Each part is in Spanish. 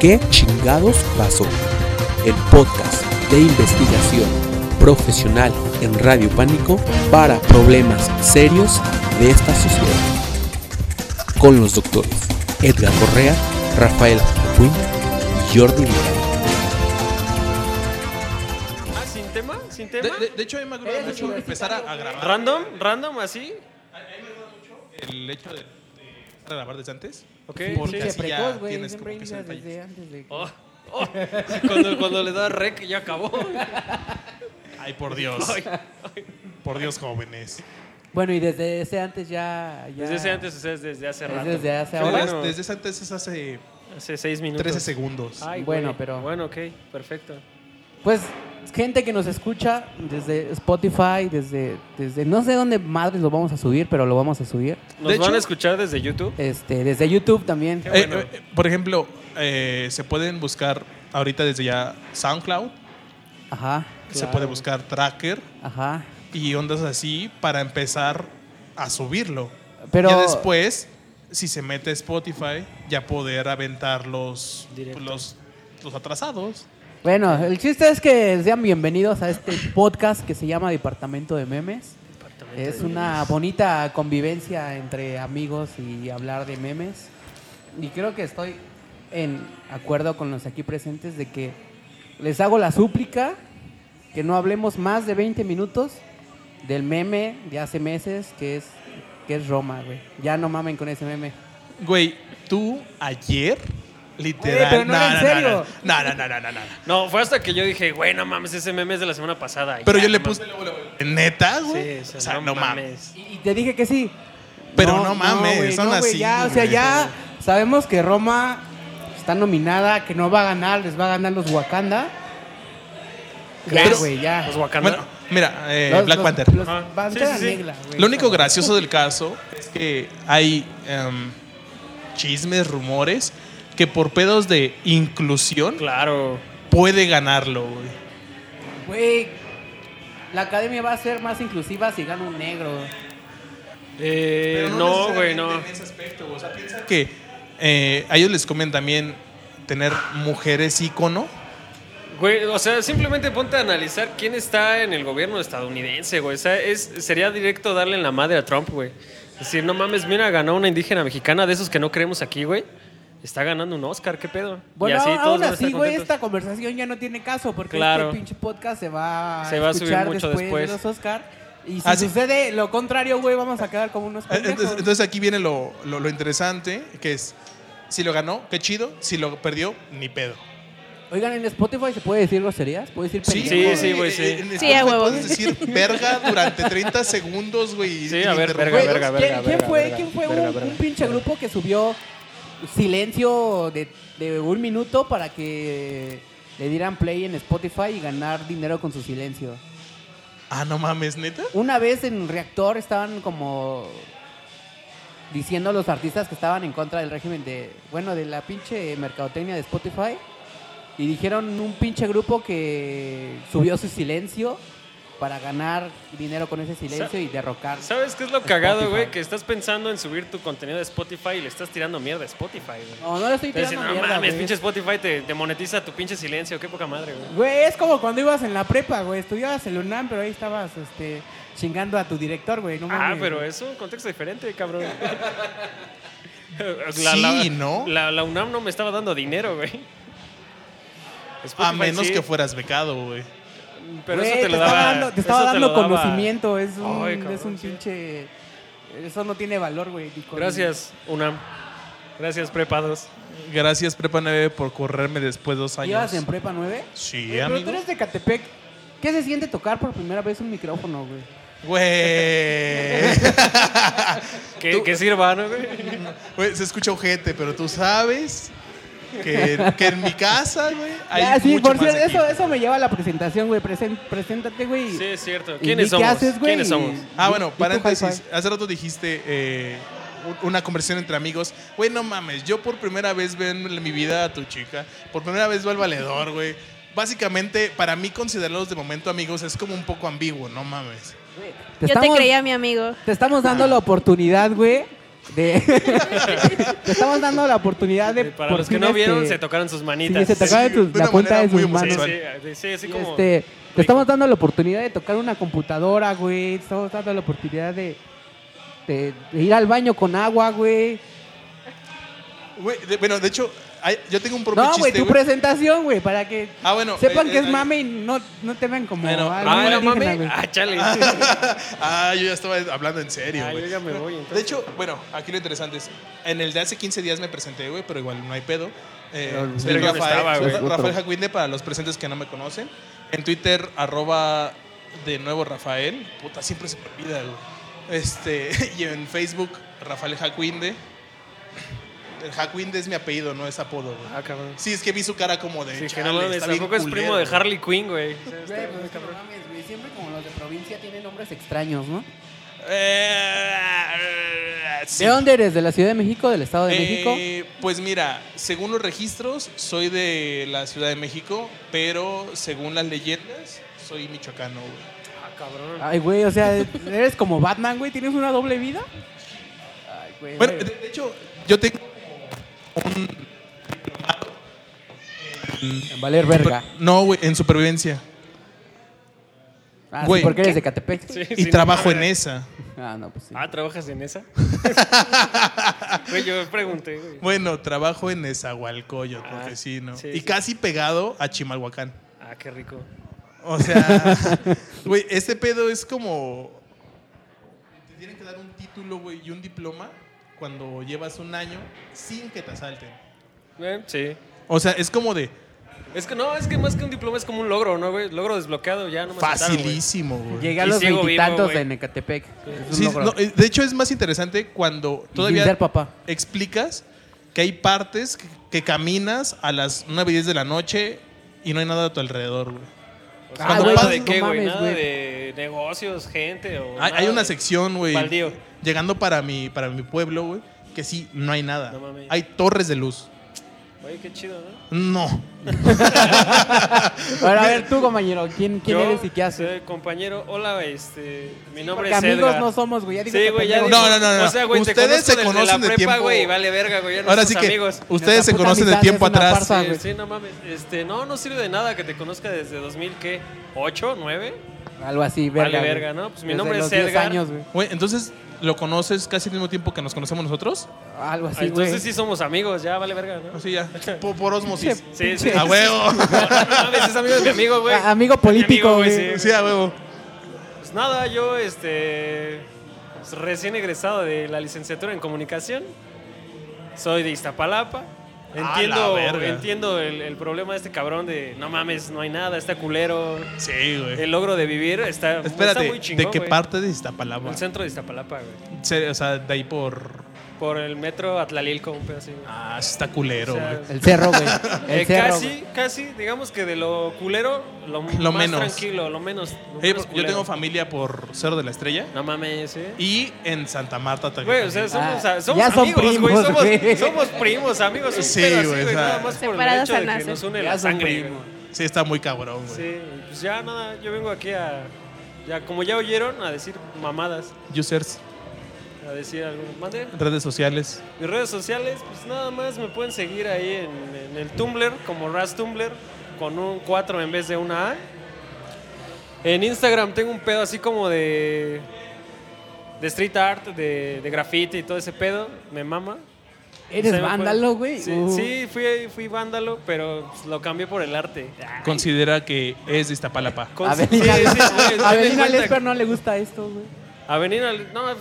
¿Qué chingados pasó? El podcast de investigación profesional en Radio Pánico para problemas serios de esta sociedad. Con los doctores Edgar Correa, Rafael Jujuy y Jordi Vidal. ¿Ah, sin tema? ¿Sin tema? De, de- de hecho, a mí me agrada mucho empezar a, a grabar. ¿Random? ¿Random así? El hecho de, de empezar a grabar desde antes. Ok, Porque sí. así ya precoz, güey, tienes siempre como que ese inicias detalle. desde antes de- Oh, oh, Cuando, cuando le da rec ya acabó. Ay, por Dios. Ay, Por Dios, jóvenes. Bueno, y desde ese antes ya... ya- Desde ese antes, o sea, es desde hace es rato. desde hace Pero ahora. bueno. Desde, desde ese antes es hace Hace seis minutos. Ah, 13 segundos. Ay, Bueno, güey. pero- Bueno, ok, perfecto. Pues gente que nos escucha desde Spotify, desde, desde... No sé dónde madres lo vamos a subir, pero lo vamos a subir. ¿Nos De van hecho- a escuchar desde YouTube? Este, desde YouTube también. Eh, eh, por ejemplo, eh, se pueden buscar ahorita desde ya SoundCloud. Ajá, Se puede buscar Tracker ajá. y ondas así para empezar a subirlo. Pero- ya después, si se mete a Spotify, ya poder aventar los, Directo. los, los atrasados. Bueno, el chiste es que sean bienvenidos a este podcast que se llama Departamento de Memes. Es una bonita convivencia entre amigos y hablar de memes. Y creo que estoy en acuerdo con los aquí presentes de que les hago la súplica que no hablemos más de 20 minutos del meme de hace meses que es que es Roma, güey. Ya no mamen con ese meme. Güey, tú ayer, literal. Güey, pero no era en serio. No, no, no, no, no, no, no. No, fue hasta que yo dije, güey, no mames, ese meme es de la semana pasada. Pero Ya, yo le no puse. Neta, güey. mames. Sí, o sea, no, mames. Y, y te dije que sí. Pero no mames, güey, son güey, así, Ya, o sea, güey. ya sabemos que Roma está nominada, que no va a ganar, les va a ganar los Wakanda. Ya, ¿Crees? güey, ya. Los Wakanda. Bueno, mira, eh, Los- Black los- Panther. los Ajá. Pantera Sí, sí, sí. Negra, güey. Lo único gracioso del caso es que hay em, chismes, rumores, que por pedos de inclusión Claro. puede ganarlo, güey. Güey, la academia va a ser más inclusiva si gana un negro. Eh, no, güey, no. ese aspecto, o sea, piensa que eh, a ellos les comen también tener mujeres ícono. Eh, Güey, o sea, simplemente ponte a analizar quién está en el gobierno estadounidense, güey. O sea, es, sería directo darle en la madre a Trump, güey. Decir, no mames, mira, ganó una indígena mexicana de esos que no creemos aquí, güey. Está ganando un Oscar, qué pedo. Bueno, aún van a estar así, güey, contentos. esta conversación ya no tiene caso porque Claro. este pinche podcast se va a Se va a subir escuchar mucho después después. de los Oscar. Y si Ah, sí. sucede lo contrario, güey, vamos a quedar como unos Eh, Entonces, pendejos. entonces aquí viene lo, lo- lo interesante, que es, si lo ganó, qué chido, si lo perdió, ni pedo. Oigan, en Spotify se puede decir groserías, puede decir Sí, Sí, pendejos? sí, güey, sí. En- en Sí, a Spotify huevo. Puedes decir verga durante 30 segundos, güey. Sí, y- a y ver, interrumpir. verga, Güey, verga. ¿quién, quién fue, quién fue un, un pinche grupo que subió silencio de, de un minuto para que le dieran play en Spotify y ganar dinero con su silencio? Ah, no mames, neta. Pues, Una vez en Reactor estaban como diciendo a los artistas que estaban en contra del régimen de, bueno, de la pinche mercadotecnia de Spotify. Y dijeron un pinche grupo que subió su silencio para ganar dinero con ese silencio y derrocar. ¿Sabes qué es lo cagado, Spotify. güey? Que estás pensando en subir tu contenido de Spotify y le estás tirando mierda a Spotify, güey. No, no le estoy Te dicen, no tirando mierda, mames, güey. pinche Spotify te, te monetiza tu pinche silencio, qué poca madre, güey. Güey, es como cuando ibas en la prepa, güey. Estudiabas el UNAM, pero ahí estabas este, chingando a tu director, güey. No Ah, mames, pero güey. es un contexto diferente, cabrón. Sí, ¿no? La, la UNAM no me estaba dando dinero, güey. A Spotify menos pues, sí, que fueras becado, güey. Pero Güey, eso te lo estaba daba. dando, te estaba eso dando lo daba- conocimiento. Es un, Ay, cabrón, es un sí. pinche. Eso no tiene valor, güey. ni con- Gracias, UNAM. Gracias, prepados. Gracias, Prepa 9, por correrme después de dos años. ¿Ibas en prepa 9? Sí, Güey, pero amigo. tú eres de Catepec. ¿Qué se siente tocar por primera vez un micrófono, güey? Güey. Que, que sirva, ¿no, güey? Güey, Se escucha ojete, pero tú sabes que, que en mi casa, güey, hay Ah, sí, mucho por más cierto, eso, equipo. eso me lleva a la presentación, güey. Presen- preséntate, güey. Sí, es cierto. Y ¿Quiénes di somos? ¿Qué haces, güey? ¿Quiénes somos? Ah, bueno, Y- y tú, paréntesis. hi-fi. Hace rato dijiste eh, un- una conversación entre amigos. Güey, no mames, yo por primera vez veo en mi vida a tu chica. Por primera vez veo al valedor, güey. Básicamente, para mí considerarlos de momento amigos es como un poco ambiguo, no mames. Güey, Yo te estamos- creía mi amigo. Te estamos dando la oportunidad, güey, de- te estamos dando la oportunidad de. Eh, Para por los que fin, no vieron, este, se tocaron sus sí, manitas. se tocaron Sí, tus- de la una punta manera de muy sus manos. homosexual. Sí, sí, sí, así Y, como. este, rico. te estamos dando la oportunidad de tocar una computadora, güey. Te estamos dando la oportunidad de, de- de ir al baño con agua, güey. Güey, de- bueno, de hecho, hay- yo tengo un propio No, güey, chiste, tu güey. presentación, güey, para que Ah, bueno, sepan eh, que eh, es eh, mame y no, no te vean como. Bueno, algo Ah, no alienígena, mames. güey. Ah, chale. Ah, yo ya estaba hablando en serio, Ah, yo güey. ya me voy, De entonces. hecho, bueno, aquí lo interesante es, en el de hace 15 días me presenté, güey, pero igual no hay pedo. Eh, soy pero yo no Rafael, estaba, soy güey. Rafael Jacuinde, para los presentes que no me conocen. En Twitter, arroba de nuevo Rafael. Puta, siempre se me olvida, güey. Este, y en Facebook, Rafael Jacuinde. El Jacuinde es mi apellido, no es apodo, güey. Ah, cabrón. Sí, es que vi su cara como de. Sí, que Eh, "Chale, no mames, está bien tampoco es culero, primo de güey". Harley Quinn, güey. Güey, pues, es que no mames, güey, Siempre como los de provincia tienen nombres extraños, ¿no? Eh, sí. ¿De dónde eres? ¿De la Ciudad de México? ¿Del Estado de México? Eh, Pues mira, según los registros, soy de la Ciudad de México, pero según las leyendas, soy michoacano, güey. Ah, cabrón. Ay, güey, o sea, eres como Batman, güey. ¿Tienes una doble vida? Ay, güey. Bueno, de, güey. de hecho, yo tengo un... En valer verga. No, güey, en supervivencia. Ah, sí, Güey. porque eres de Catepec. Sí, Y sí, no trabajo en mames. esa. Ah, no, pues sí. Ah, ¿trabajas en esa? Güey, yo pregunté, güey. Bueno, trabajo en Esahualcoyot, Ah, porque sí, ¿no? sí, y sí. casi pegado a Chimalhuacán. Ah, qué rico. O sea, güey, este pedo es como. Te tienen que dar un título, güey, y un diploma cuando llevas un año sin que te asalten. Eh, Sí. O sea, es como de Es que no, es que más que un diploma es como un logro, ¿no, güey? Logro desbloqueado, ya no me asaltaron, güey. facilísimo, güey. Llegué a Y los sigo vivo, veintitantos güey. en Ecatepec. Es un Sí, logro. no, eh, de hecho, es más interesante cuando Y todavía ser papá. explicas que hay partes que, que caminas a las 9 y 10 de la noche y no hay nada a tu alrededor, güey. O sea, Ah, nada güey, de no qué, güey, mames, nada güey. de negocios, gente o Oh, Hay, nada hay una de- sección, güey. Baldío. Llegando para mi, para mi pueblo, güey, que sí, no hay nada. No mames. hay torres de luz. Güey, qué chido, ¿no? No. Ahora, a ver, tú, compañero, ¿quién, quién Yo eres y qué haces? soy compañero, hola, este, mi nombre Porque es amigos Edgar. no somos, güey. Ya digo Sí, que güey, ya pendejo. digo- digo- No, no, no, O no. sea, güey, te Ustedes conozco se desde conocen la de prepa, tiempo. güey, y vale verga, güey, ya no Ahora somos sí que amigos. ustedes se puta conocen de amistad tiempo es una atrás. farsa, güey. Sí, sí, no mames. Este, no, no sirve de nada que te conozca desde 2000, ¿qué? ¿8? ¿9? Algo así, verga. Vale güey. verga, ¿no? Pues mi Desde nombre es los 10 Edgar. años, güey. Güey, entonces, ¿lo conoces casi al mismo tiempo que nos conocemos nosotros? Algo Ah, así, güey. Ah, Entonces sí somos amigos, ya vale verga, ¿no? Así ya. Por, por osmosis. Sí, sí. A huevo. No mames, es amigo de mi amigo, güey. Ah, amigo político, Mi amigo, güey. sí, Sí, a huevo. Pues nada, yo este pues, recién egresado de la licenciatura en comunicación. Soy de Iztapalapa. Ah, Entiendo, la verga. entiendo el, el problema de este cabrón de no mames, no hay nada, está culero. Sí, güey. El logro de vivir está, está Espérate, muy chingón. ¿de qué güey. parte de Iztapalapa? El centro de Iztapalapa, güey. Se- O sea, de ahí por. Por el metro Atlalilco, un pedo así, güey. Ah, eso está culero, O sea, güey. El cerro, güey. El Eh, cerro. casi, güey. casi, digamos que de lo culero, lo, Lo más menos. tranquilo, lo menos. lo Oye, pues, menos yo culero. tengo familia por Cerro de la Estrella No mames, ¿eh? y en Santa Marta también. Güey, o sea, somos, Ah, somos ya son amigos, güey. primos, güey. Somos, somos primos, amigos. un Sí, pedo así, güey, o güey. sea. Nada más por el Separados hecho al de que nacer. nos une Ya la son sangre. primos. güey. Sí, está muy cabrón, güey. Sí, pues ya nada, yo vengo aquí a. Ya, como ya oyeron, a decir mamadas. Users, A decir algo. Mande. redes sociales. Mis redes sociales, pues nada más me pueden seguir ahí en, en el Tumblr, como Raz Tumblr, con un 4 en vez de una A. En Instagram tengo un pedo así como de. de street art, de, de graffiti y todo ese pedo. Me mama. Eres O sea, me vándalo, acuerdo- güey. Sí, Uh. sí, fui, fui vándalo, pero pues, lo cambié por el arte. Considera que es de Iztapalapa. Con- Ah, A sí, Belina, sí, güey, a me di Belina cuenta Lesper no le gusta esto, güey. que- Avenida Le- No, pues,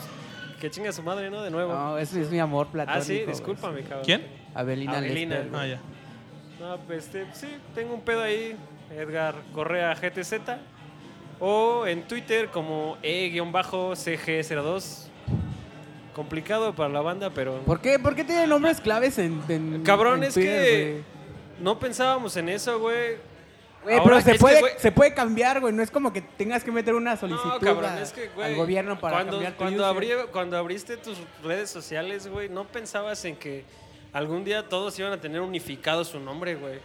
que chinga su madre, ¿no? De nuevo. No, ese es mi amor platónico. ah, sí, güey. discúlpame, cabrón. ¿Quién? Abelina Abelina, Lesper. güey. Ah, ya. No, pues este, sí, tengo un pedo ahí, Edgar Correa GTZ. O en Twitter como E-CG02. Complicado para la banda, pero ¿Por qué? ¿Por qué tiene nombres claves en, en Cabrón, en es Twitter, que- güey? no pensábamos en eso, güey. Güey, Ahora, pero se es que, puede, güey- se puede cambiar, güey. No es como que tengas que meter una solicitud No, cabrón, a- es que, güey. al gobierno para cuando, cambiar tu cuando, user. abrí- cuando abriste tus redes sociales, güey, no pensabas en que algún día todos iban a tener unificado su nombre, güey.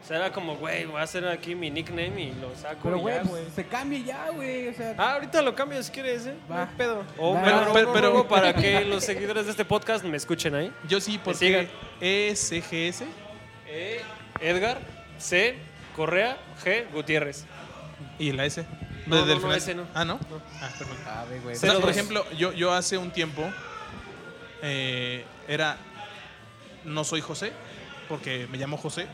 O sea, era como, güey, voy a hacer aquí mi nickname y lo saco Pero, y güey, ya, pues, güey. se cambie ya, güey. O sea, Ah, ahorita lo cambio si quieres, ¿eh? Va. No hay pedo. O Va. me lo Pero- propongo pero- para que los seguidores de este podcast me escuchen ahí. Yo sí, sigan. porque ECGS. E, Edgar, C, Correa, G, Gutiérrez. ¿Y la S? No, ¿De- no, del no, final? ese no. Ah, ¿no? Ah, perfecto. sabe, O güey. sea, Cero por dos. ejemplo, yo, yo hace un tiempo eh, era no soy José, porque me llamo José,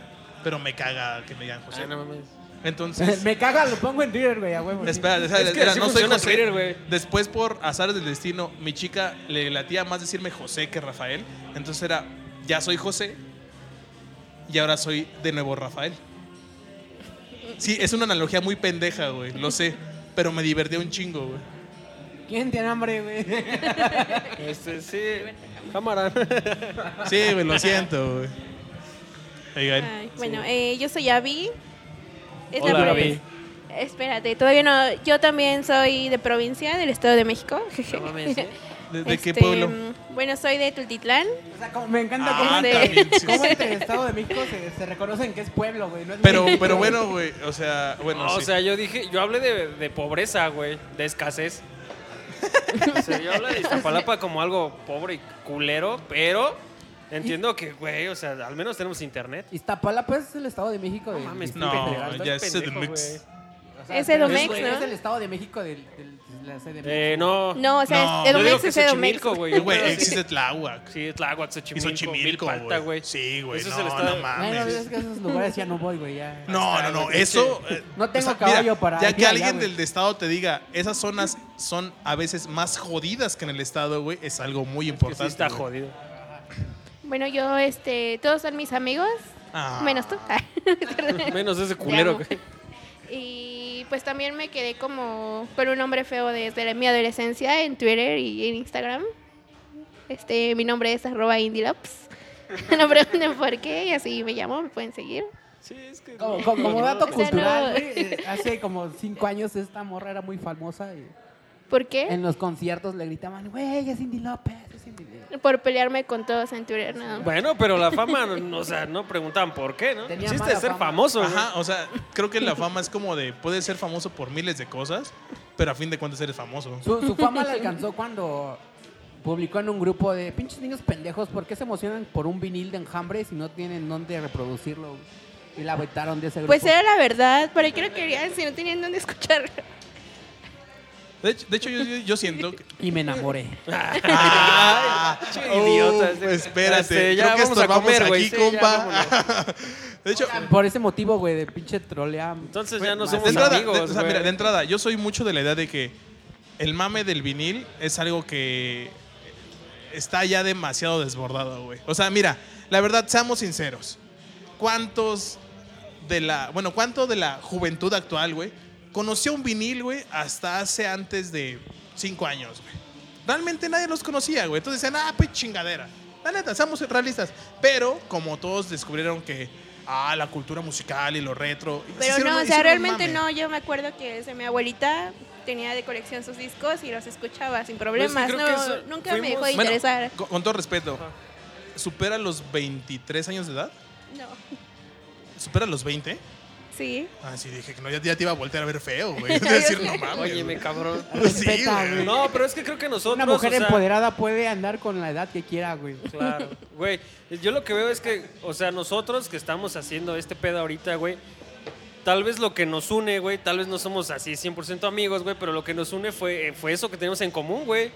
pero me caga que me digan José. Ah, no mames. Entonces, Me caga, lo pongo en Twitter, güey, a huevo. espera, o sea, Es que era, así no soy funciona José. Twitter, güey. Después, por azares del destino, mi chica le latía más decirme José que Rafael. Entonces era ya soy José y ahora soy de nuevo Rafael. Sí, es una analogía muy pendeja, güey, lo sé, pero me divertí un chingo, güey. ¿Quién tiene hambre, güey? Este, sí. Cámara. Sí, güey, lo siento, güey. Oigan. Ay, bueno, eh, yo soy Abby. Es la Hola, primera Abby. vez. Espérate, todavía no. Yo también soy de provincia, del Estado de México. jeje. No mames, ¿eh? ¿De, de qué Este, pueblo? mm, Bueno, soy de Tultitlán. O sea, como- me encanta Ah, cómo, también, sí, sí. cómo entre el Estado de México se, se reconocen que es pueblo, güey. no es Pero, México. pero bueno, güey, o sea, bueno, No, o sí. sea, yo dije, yo hablé de, de pobreza, güey, de escasez. O sea, yo hablé de Iztapalapa como algo pobre y culero, pero entiendo que, güey, o sea, al menos tenemos internet. Iztapalapa es el Estado de México. del Mames, Distrito no, Federal. estás ya es pendejo, Sedelmex. güey. O sea, Es el pero Omex, güey, ¿no? Es el Estado de México del, del- de la CDMX. Eh, no. No, o sea, No, es Yo digo Edomex que es Edomex. Xochimilco, güey. Sí, güey, Pero sí. existe Tláhuac. Sí, Tláhuac, Y Xochimilco, Xochimilco, Milpalta, güey. güey. Sí, güey, Eso no, es el estado- no Bueno, es mames. que a esos lugares ya no voy, güey. Ya. No, no, no, eso... eh, No tengo caballo para Ya ir que allá, alguien güey. del estado te diga, esas zonas son a veces más jodidas que en el estado, güey, es algo muy Que sí importante. está güey. jodido. Bueno, yo, este, todos son mis amigos, Ah. menos tú. Menos ese Te culero, amo. güey. Y pues también me quedé como con un nombre feo desde la- mi adolescencia en Twitter y en Instagram. Este, mi nombre es arroba indilops. No pregunten por qué, y así me llamo, me pueden seguir. Sí, es que. Como, como- como dato O sea, cultural, no. güey, eh, hace como cinco años esta morra era muy famosa y ¿Eh? ¿Por qué? en los conciertos le gritaban, güey, es Cindy López, es Cindy López. Por pelearme con todos en Twitter, nada más. Bueno, pero la fama, no- o sea, no preguntaban por qué, ¿no? Tenía Chiste mala es ser fama. famoso, güey. Ajá, o sea, creo que la fama es como de, puedes ser famoso por miles de cosas, pero a fin de cuentas eres famoso. Su, su fama la alcanzó cuando publicó en un grupo de pinches niños pendejos, ¿por qué se emocionan por un vinil de enjambre si no tienen dónde reproducirlo? güey?" Y la vetaron de ese grupo. Pues era la verdad, ¿para qué lo querían si no tenían dónde escucharlo? De hecho, de hecho, yo, yo- yo siento que... Y me enamoré. Ah, Che, idiota, uh, este- espérate, este, ya creo que vamos a estorbamos comer, aquí, güey, sí, ya compa. de hecho, Por ese motivo, güey, de pinche trolea. Pues, Entonces ya no Más somos de entrada, amigos, de- o sea, güey. mira, de entrada, yo soy mucho de la idea de que el mame del vinil es algo que está ya demasiado desbordado, güey. O sea, mira, la verdad, seamos sinceros. ¿Cuántos de la, bueno, cuánto de la juventud actual, güey, conoció un vinil, güey, hasta hace antes de cinco años, güey? Realmente nadie los conocía, güey. Entonces decían, ah, pues chingadera. La neta, seamos realistas. Pero como todos descubrieron que, ah, la cultura musical y lo retro. y se Pero hicieron- no, o sea, hicieron un mame. realmente no. Yo me acuerdo que desde mi abuelita tenía de colección sus discos y los escuchaba sin problemas. Pues creo no, que eso- nunca me fuimos- dejó de Bueno, interesar. con, con todo respeto, ¿supera los 23 años de edad? No, ¿Supera los 20? sí. Ah, sí, dije que no, ya, ya te iba a voltear a ver feo, güey. Yo decir, sé. no mames. Óyeme, cabrón. güey. Sí, Respeta, güey. güey. No, pero es que creo que nosotros. Una mujer o sea, empoderada puede andar con la edad que quiera, güey. Claro, güey. Yo lo que veo es que, o sea, nosotros que estamos haciendo este pedo ahorita, güey, tal vez lo que nos une, güey, tal vez no somos así 100% amigos, güey, pero lo que nos une fue, eh, fue eso que tenemos en común, güey.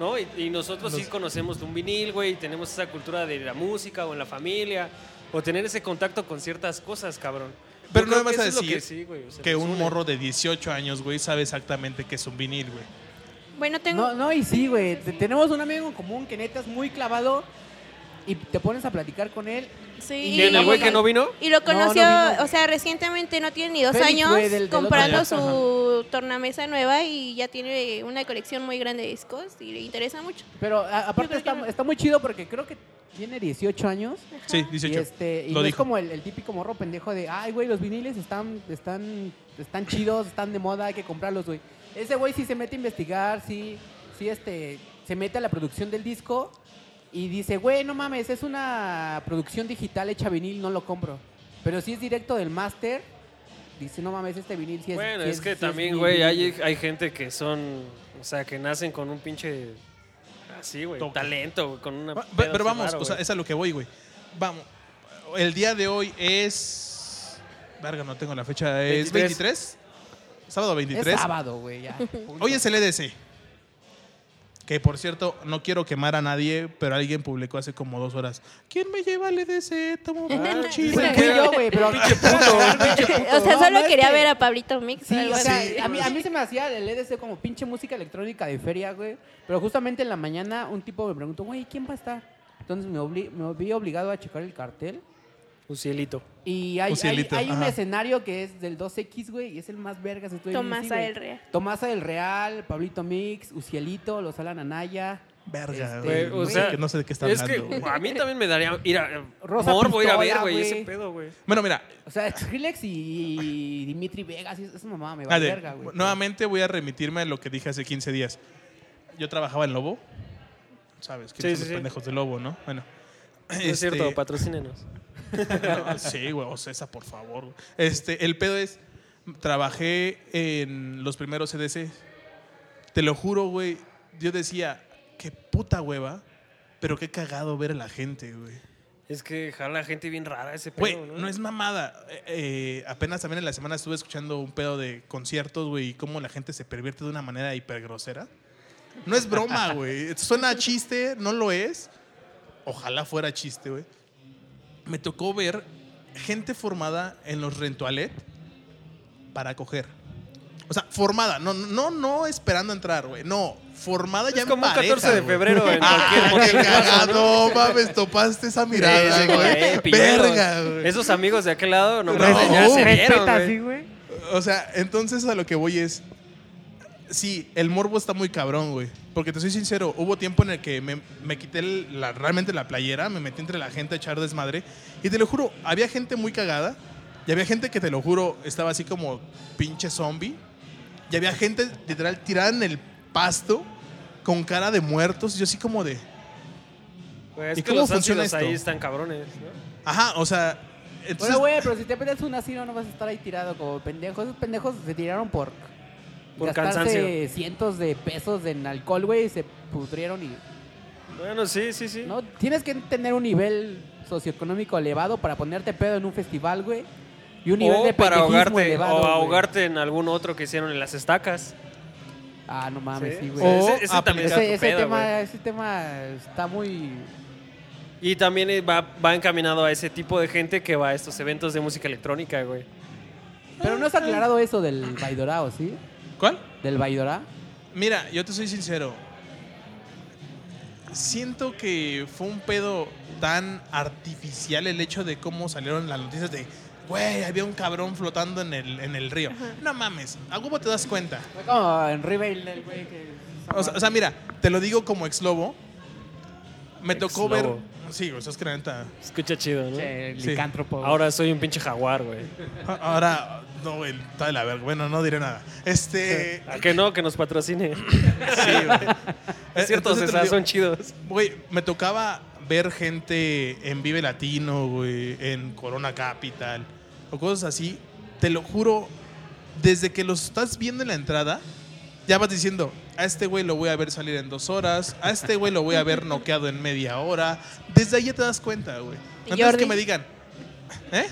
¿No? Y, y nosotros sí conocemos de un vinil, güey, y tenemos esa cultura de la música o en la familia, o tener ese contacto con ciertas cosas, cabrón. Yo Pero no creo me vas que a eso es lo decir que, sí, güey, o sea, Que nos un une. morro de 18 años, güey, sabe exactamente qué es un vinil, güey. Bueno, tengo. No, no, y sí, güey. te- Tenemos un amigo en común que neta es muy clavado y te pones a platicar con él. Sí. ¿Y el güey que no vino? Y lo No, conoció, no vino. o sea, recientemente no tiene ni dos Félix, años güey, del- del comprando otro su tornamesa nueva y ya tiene una colección muy grande de discos y le interesa mucho. Pero a- aparte creo que está, no. está muy chido porque creo que tiene 18 años. Sí, Y, 18. este, y Lo no es dijo. como el, el típico morro pendejo de, ay, güey, los viniles están, están, están chidos, están de moda, hay que comprarlos, güey. Ese güey sí se mete a investigar, sí, sí, este, se mete a la producción del disco y dice, güey, no mames, es una producción digital hecha vinil, no lo compro. Pero si es directo del máster, dice, no mames, este vinil sí es. Bueno, sí es que sí también, vinil". güey, hay, hay gente que son. O sea, que nacen con un pinche. Así, güey. Toque. Talento, güey. Con una. Va- peda pero vamos, raro, o sea, güey. es a lo que voy, güey. Vamos. El día de hoy es. Verga, no tengo la fecha. ¿Es 23. 23? ¿Sábado Es 23? sábado, güey, ya. Hoy es el EDC. Que por cierto, no quiero quemar a nadie, pero alguien publicó hace como dos horas. ¿Quién me lleva al EDC? Tomo Sí, pinche. güey, fui yo, güey, pero. O sea, No, solo no, es quería que- ver a Pablito Mix. Sí, algo o sea, así. a, mí, a mí se me hacía el EDC como pinche música electrónica de feria, güey. Pero justamente en la mañana un tipo me preguntó, güey, ¿quién va a estar? Entonces me, obli- me vi obligado a checar el cartel. Un cielito. Y hay, Un cielito, hay- hay un ajá. escenario que es del 2X, güey, y es el más vergas. estoy bien, Tomasa sí, güey. del Real. Tomasa del Real, Pablito Mix, Ucielito, Los Alan Anaya. Verga, Este, güey. o sea, que no sé de qué está es hablando. que güey. a mí también me daría ir a Rosa morbo ir a Pistola, ver, güey, güey. ese pedo, güey. Bueno, mira, O sea, Skrillex y Dimitri Vegas, es- esa mamá me va Ale, verga, pues. güey. nuevamente voy a remitirme a lo que dije hace 15 días. Yo trabajaba en Lobo. ¿Sabes? Que Sí, son sí, los sí. pendejos de Lobo, ¿no? Bueno. No este, Es cierto, patrocínenos. no, sí, güey, o César, por favor. güey. Este, el pedo es, trabajé en los primeros CDC. Te lo juro, güey. Yo decía, qué puta hueva, pero qué cagado ver a la gente, güey. Es que jala gente bien rara ese pedo, Güey, no es mamada. Eh, eh, apenas también en la semana estuve escuchando un pedo de conciertos, güey, y cómo la gente se pervierte de una manera hipergrosera. No es broma, güey. Suena a chiste, no lo es. Ojalá fuera chiste, güey. Me tocó ver gente formada en los rentualet para coger. O sea, formada, no, no, no esperando entrar, güey. No, formada ya Es en como un pareja, 14 de güey. febrero en Ah, cualquier qué motel, cagado, mames, topaste esa mirada, Sí, güey, güey. piñeros. Verga, güey. Esos amigos de aquel lado, no, No, mames, ya se respeta, vieron, güey. Oh, sí, güey. O sea, entonces a lo que voy es. Sí, el morbo está muy cabrón, güey. Porque te soy sincero, hubo tiempo en el que me, me quité el- la, realmente la playera, me metí entre la gente a echar desmadre. Y te lo juro, había gente muy cagada. Y había gente que te lo juro estaba así como pinche zombie. Y había gente literal tirada en el pasto con cara de muertos. Yo así como de. Güey, es ¿Y que cómo los funciona ácidos ahí esto? están cabrones, ¿no? Ajá, o sea. Entonces, Bueno, güey, pero si te pegas un asilo no vas a estar ahí tirado como pendejo. Esos pendejos se tiraron por, Por gastarse cansancio. cientos de pesos en alcohol, güey, y se pudrieron y... Bueno, sí, sí, sí. ¿no? Tienes que tener un nivel socioeconómico elevado para ponerte pedo en un festival, güey. Y un nivel o de para pendejismo ahogarte, elevado, o güey. ahogarte en algún otro que hicieron en las estacas. Ah, no mames, sí, Sí, güey. ah, pues, O ese, ese también aplicar- es Ese, otro ese pedo, güey. tema, ese tema está muy... Y también eh, va, va encaminado a ese tipo de gente que va a estos eventos de música electrónica, güey. Pero no has aclarado eso del Baidorao, ¿sí? ¿Cuál? Del Baidorá. Mira, yo te soy sincero. Siento que fue un pedo tan artificial el hecho de cómo salieron las noticias de, güey, había un cabrón flotando en el, en el río. No mames, ¿a huevo te das cuenta? Fue como en Riverdale, el güey que... O sea, o sea, mira, te lo digo como ex lobo. Me tocó Ex-lobo. ver. Sí, o sea, es que la neta. Escucha chido, ¿no? Che, Sí. licántropo, güey. Ahora soy un pinche jaguar, güey. Ahora, no, güey, está de la verga. Bueno, no diré nada. Este. ¿A que no? Que nos patrocine. Sí, güey. es cierto, Eh, Entonces te lo César, digo- son chidos. Güey, me tocaba ver gente en Vive Latino, güey, en Corona Capital, o cosas así. Te lo juro, desde que los estás viendo en la entrada, ya vas diciendo, a este güey lo voy a ver salir en dos horas, a este güey lo voy a ver noqueado en media hora. Desde ahí ya te das cuenta, güey. Antes Jordi. que me digan, ¿eh?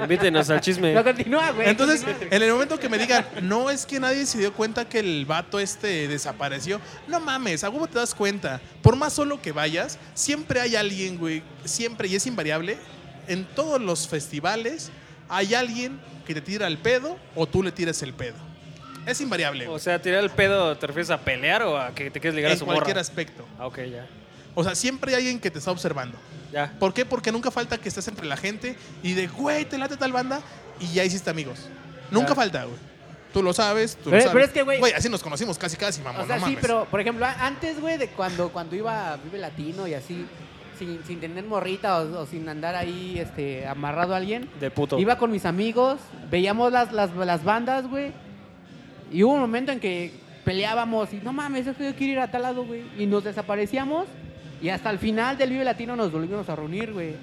Invítenos al chisme. No continúa, güey. pues Entonces, continúa. en el momento que me digan, no es que nadie se dio cuenta que el vato este desapareció, no mames, a huevo te das cuenta. Por más solo que vayas, siempre hay alguien, güey, siempre, y es invariable, en todos los festivales hay alguien que te tira el pedo o tú le tiras el pedo. Es invariable. O güey, sea, tirar el pedo, ¿te refieres a pelear o a que te quieres ligar a en su morra? cualquier aspecto. Ah, ok, ya. O sea, siempre hay alguien que te está observando. Ya. ¿Por qué? Porque nunca falta que estés entre la gente y de, güey, te late tal banda y ya hiciste amigos. Nunca Claro. falta, güey. Tú lo sabes, tú Pero- lo sabes. pero es que, güey- así nos conocimos casi casi, mamón. O sea, no sí, mames. pero por ejemplo, a- antes, güey, de cuando, cuando iba a Vive Latino y así, sin, sin tener morrita o, o sin andar ahí este, amarrado a alguien, De puto. iba con mis amigos, veíamos las, las, las bandas, güey, y hubo un momento en que peleábamos y no mames, es que yo quiero ir a tal lado, güey, y nos desaparecíamos y hasta el final del Vive Latino nos volvimos a reunir, güey.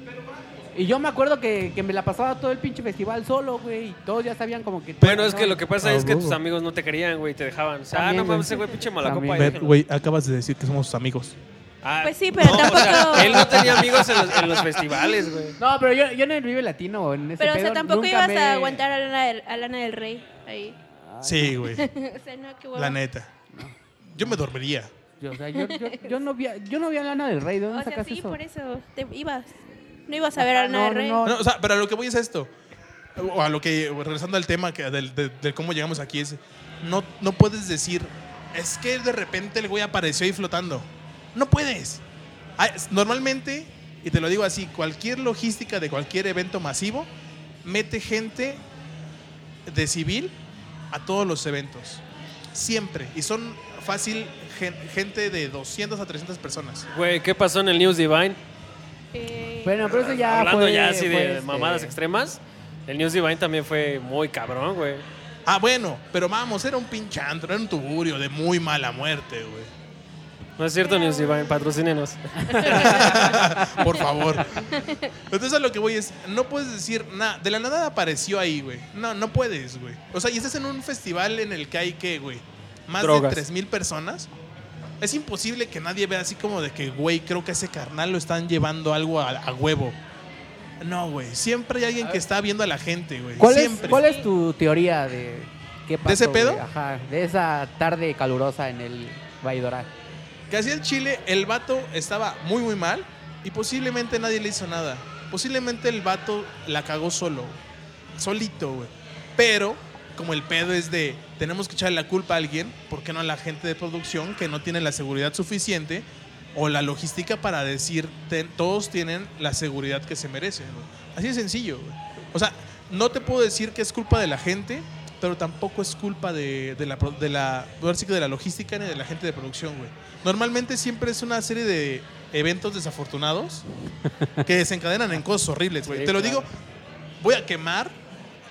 Y yo me acuerdo que, que me la pasaba todo el pinche festival solo, güey. Y todos ya sabían como que... Bueno, es que lo que pasa Ah, es que huevo. tus amigos no te querían, güey, te dejaban. O sea, También, ah, no mames, güey. ese güey, pinche malacopa. También. ahí Ver, déjenlo. güey, acabas de decir que somos sus amigos. Ah, Pues sí, pero o sea, tampoco- él no tenía amigos en los, en los festivales, güey. No, pero yo, yo en el Vive Latino o en ese Pero, o sea, pedo tampoco nunca ibas me- a aguantar a Lana, del, a Lana del Rey ahí. Ah, Sí, güey. O sea, no, qué huevo. La neta. Yo me dormiría. Yo, o sea, yo, yo, yo no vi, a- yo no vi a Lana del Rey. ¿De dónde O sea, sacas sí, eso? por eso. Te ibas. No ibas a ver a Ajá, Lana no, del no, Rey. no. No, o sea, pero a lo que voy es esto. O a lo que, regresando al tema que, del- de, de cómo llegamos aquí, es, no, no puedes decir, es que de repente el güey apareció ahí flotando. No puedes. Ah, es- Normalmente, y te lo digo así, cualquier logística de cualquier evento masivo mete gente de civil a todos los eventos. Siempre. Y son fácil gen- gente de 200 a 300 personas. Güey, ¿qué pasó en el News Divine? Eh, Bueno, pero eso ya Hablando fue- ya así de fue, este, mamadas extremas, el News Divine también fue muy cabrón, güey. Ah, bueno, pero vamos, era un pinche antro, era un tuburio de muy mala muerte, güey. No es cierto, News Divine, patrocínenos. Por favor. Entonces a lo que voy es, no puedes decir nada. De la nada apareció ahí, güey. No, no puedes, güey. O sea, y estás en un festival en el que hay que, güey, más Drogas. de 3.000 personas. Es imposible que nadie vea así como de que, güey, creo que a ese carnal lo están llevando algo a, a huevo. No, güey. Siempre hay alguien que está viendo a la gente, güey. ¿Cuál es, Siempre. ¿Cuál es tu teoría de qué pasó? ese pedo? güey? Ajá, de esa tarde calurosa en el Valladolid. Que hacía el Chile, el vato estaba muy, muy mal y posiblemente nadie le hizo nada. Posiblemente el vato la cagó solo, güey. solito, güey. Pero, como el pedo es de, tenemos que echarle la culpa a alguien, ¿por qué no a la gente de producción que no tiene la seguridad suficiente o la logística para decir, "Ten- todos tienen la seguridad que se merecen? güey"? Así de sencillo, güey. O sea, no te puedo decir que es culpa de la gente, pero tampoco es culpa de, de la, pro- de, la, ahora sí que de la logística ni de la gente de producción, güey. Normalmente siempre es una serie de eventos desafortunados que desencadenan en cosas horribles, güey. Sí, Te lo claro. digo, voy a quemar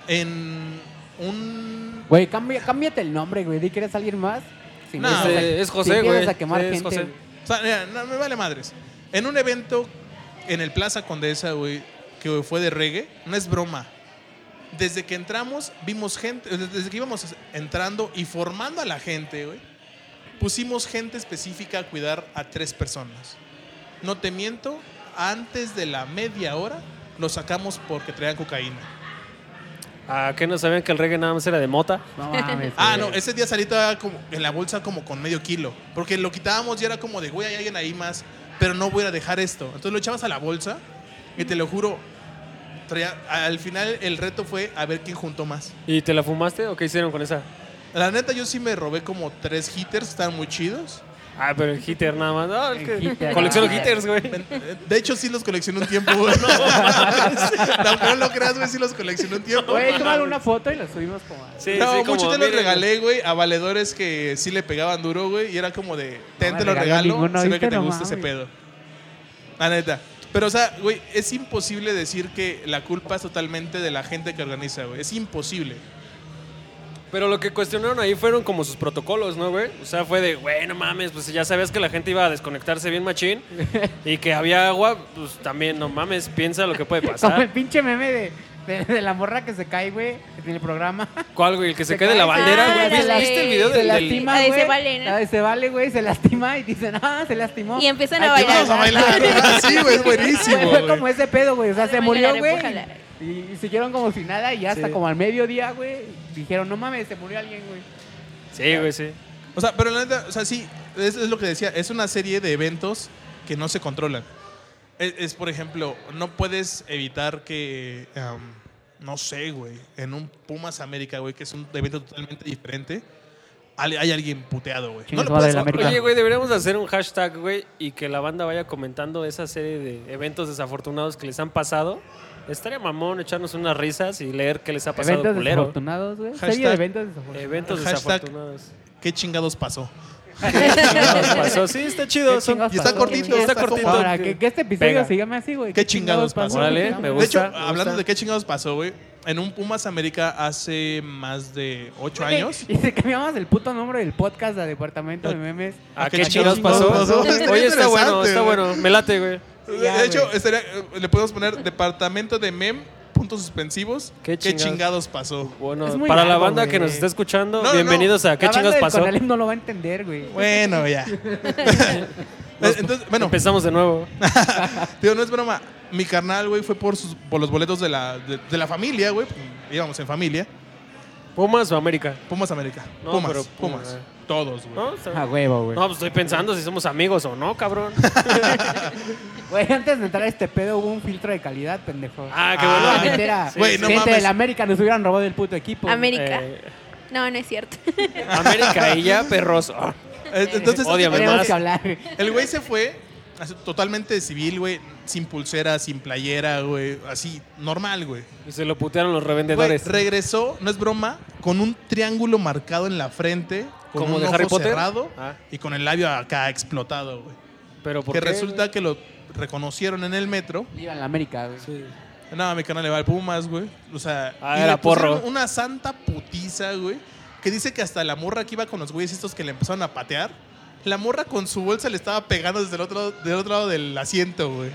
en un... Güey, cambia- cámbiate el nombre, güey. Di que eres alguien más. Si No, empiezas a- eh, es si José, empiezas güey. a quemar Es gente, José. O sea, mira, no, me vale madres. En un evento en el Plaza Condesa, güey, que fue de reggae, no es broma. Desde que entramos, vimos gente, desde que íbamos entrando y formando a la gente, güey, pusimos gente específica a cuidar a tres personas. No te miento, antes de la media hora lo sacamos porque traían cocaína. Ah, ¿qué no sabían que el reggae nada más era de mota? No mames. Ah, no, güey. ese día salí todavía como en la bolsa como con medio kilo. Porque lo quitábamos y era como de, güey, hay alguien ahí más, pero no voy a dejar esto. Entonces lo echabas a la bolsa y te lo juro, traía- al final el reto fue a ver quién juntó más. ¿Y te la fumaste o qué hicieron con esa? La neta, yo sí me robé como tres hitters, estaban muy chidos. Ah, pero el hitter nada más. No, el El que- hitter, colecciono ah. hitters, güey. Ven- De hecho, sí los coleccioné un tiempo, güey. No, mames. no lo creas, güey, sí los coleccioné un tiempo. Güey, tomar una foto y la subimos como... a- Sí, no, sí, como, muchos te los miren, regalé, güey, a valedores que sí le pegaban duro, güey, y era como de, ten, me te lo regaló regalo, ninguno, se ve ¿viste? que te No gusta ese mames. pedo. La neta. Pero, o sea, güey, es imposible decir que la culpa es totalmente de la gente que organiza, güey. Es imposible. Pero lo que cuestionaron ahí fueron como sus protocolos, ¿no, güey? O sea, fue de, güey, no mames, pues si ya sabías que la gente iba a desconectarse bien machín y que había agua, pues también, no mames, piensa lo que puede Como el pasar. pinche meme de, de, de la morra que se cae, güey, en el programa. ¿Cuál, güey? El que se, Se quede la cae, Ah, bandera, se güey. cae, ¿Viste, se viste el la- video se del, se del- lastima, La de güey. se vale, ¿no? La de se vale, güey, se lastima y dicen, ah, se lastimó. Y empiezan a Hay que bailar. Vamos a bailar. Sí, güey, es buenísimo. Fue, fue güey. como ese pedo, güey. O sea, Dale, se baila, murió, güey. repújala. Y, y siguieron como si nada y hasta Sí. como al mediodía, güey, dijeron, no mames, se murió alguien, güey. Sí, güey, sí. O sea, pero la neta, o sea, sí, es, es lo que decía, es una serie de eventos que no se controlan. Es, es, por ejemplo, no puedes evitar que, am, no sé, güey, en un Pumas América, güey, que es un evento totalmente diferente, al- hay alguien puteado, güey. Chingue su madre, puedes- el América. Oye, güey, deberíamos hacer un hashtag, güey, y que la banda vaya comentando esa serie de eventos desafortunados que les han pasado. Estaría mamón echarnos unas risas y leer qué les ha pasado Eventos culero. desafortunados, güey. Hashtag- Serie de eventos desafortunados. Eventos Hashtag- desafortunados. ¿Qué chingados pasó? Nos pasó. Sí, está chido. ¿Qué son- chingados Y está pasó? cortito, Está está, cortito. cortito. Ahora, que, que este episodio Pega. se llame así, güey. ¿Qué chingados pasó? Órale, Estamos- me De hecho, gusta, me hablando gusta. de qué chingados pasó, güey, en un Pumas América hace más de ocho años. Y se cambiamos el puto nombre del podcast a Departamento de Memes. ¿A ¿A Ah, qué qué chingados chingados pasó? pasó? Está Oye, está interesante, bueno, está güey. bueno. Me late, güey. ya, de hecho, güey. estaría- eh, le podemos poner departamento de mem, puntos suspensivos. ¿Qué ¿Qué chingados? chingados, pasó? Bueno, Es muy para la largo, banda que güey. nos está escuchando, No, no, bienvenidos a ¿Qué La banda chingas del pasó? Conalep no lo va a entender, güey. Bueno, ya. Entonces, bueno, Empezamos de nuevo. Tío, no es broma. Mi carnal, güey, fue por, sus, por los boletos de la, de, de la familia, güey. Íbamos en familia. ¿Pumas o América? Pumas América. No, Pumas, pero Pumas, Pumas. eh. Todos, güey. ¿No? Está bien. A huevo, güey. No, pues estoy pensando si somos amigos o no, cabrón. Güey, antes de entrar a este pedo hubo un filtro de calidad, pendejo. Ah, qué Ah, bueno. Gente era- Sí, Güey, no gente mames. del América nos hubieran robado el puto equipo. güey. América. Eh, No, no es cierto. Ah. América y ya, perros. Ah. Eh, Entonces, Ódiame Tenemos más. que hablar. güey. el güey se fue así, totalmente civil, güey. Sin pulsera, sin playera, güey. Así, normal, güey. Y se lo putearon los Güey, revendedores. regresó, no es broma, con un triángulo marcado en la frente. Con ¿Como un de Harry ojo Potter? cerrado Ah. y con el labio acá explotado, güey. Pero por Que qué? resulta que lo reconocieron en el metro. Viva la América, güey. Sí. No, mi canal le va al Pumas, güey. O sea, Ah, y le era porro. pusieron una santa putiza, güey. Que dice que hasta la morra que iba con los güeyes estos que le empezaron a patear, la morra con su bolsa le estaba pegando desde el otro, del otro lado del asiento, güey.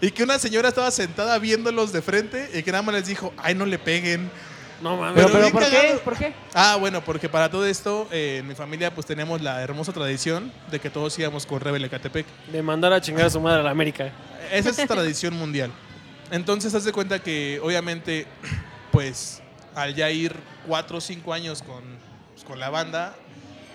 Y que una señora estaba sentada viéndolos de frente y que nada más les dijo, ay, no le peguen. No mames. Pero Pero, pero bien ¿por qué? cagado. ¿Por qué? Ah, bueno, porque para todo esto, eh, en mi familia pues tenemos la hermosa tradición de que todos íbamos con Rebel Ecatepec. De mandar a chingar a su madre a la América. Esa es tradición mundial. Entonces, haz de cuenta que, obviamente, pues, al ya ir cuatro o cinco años con, pues, con la banda,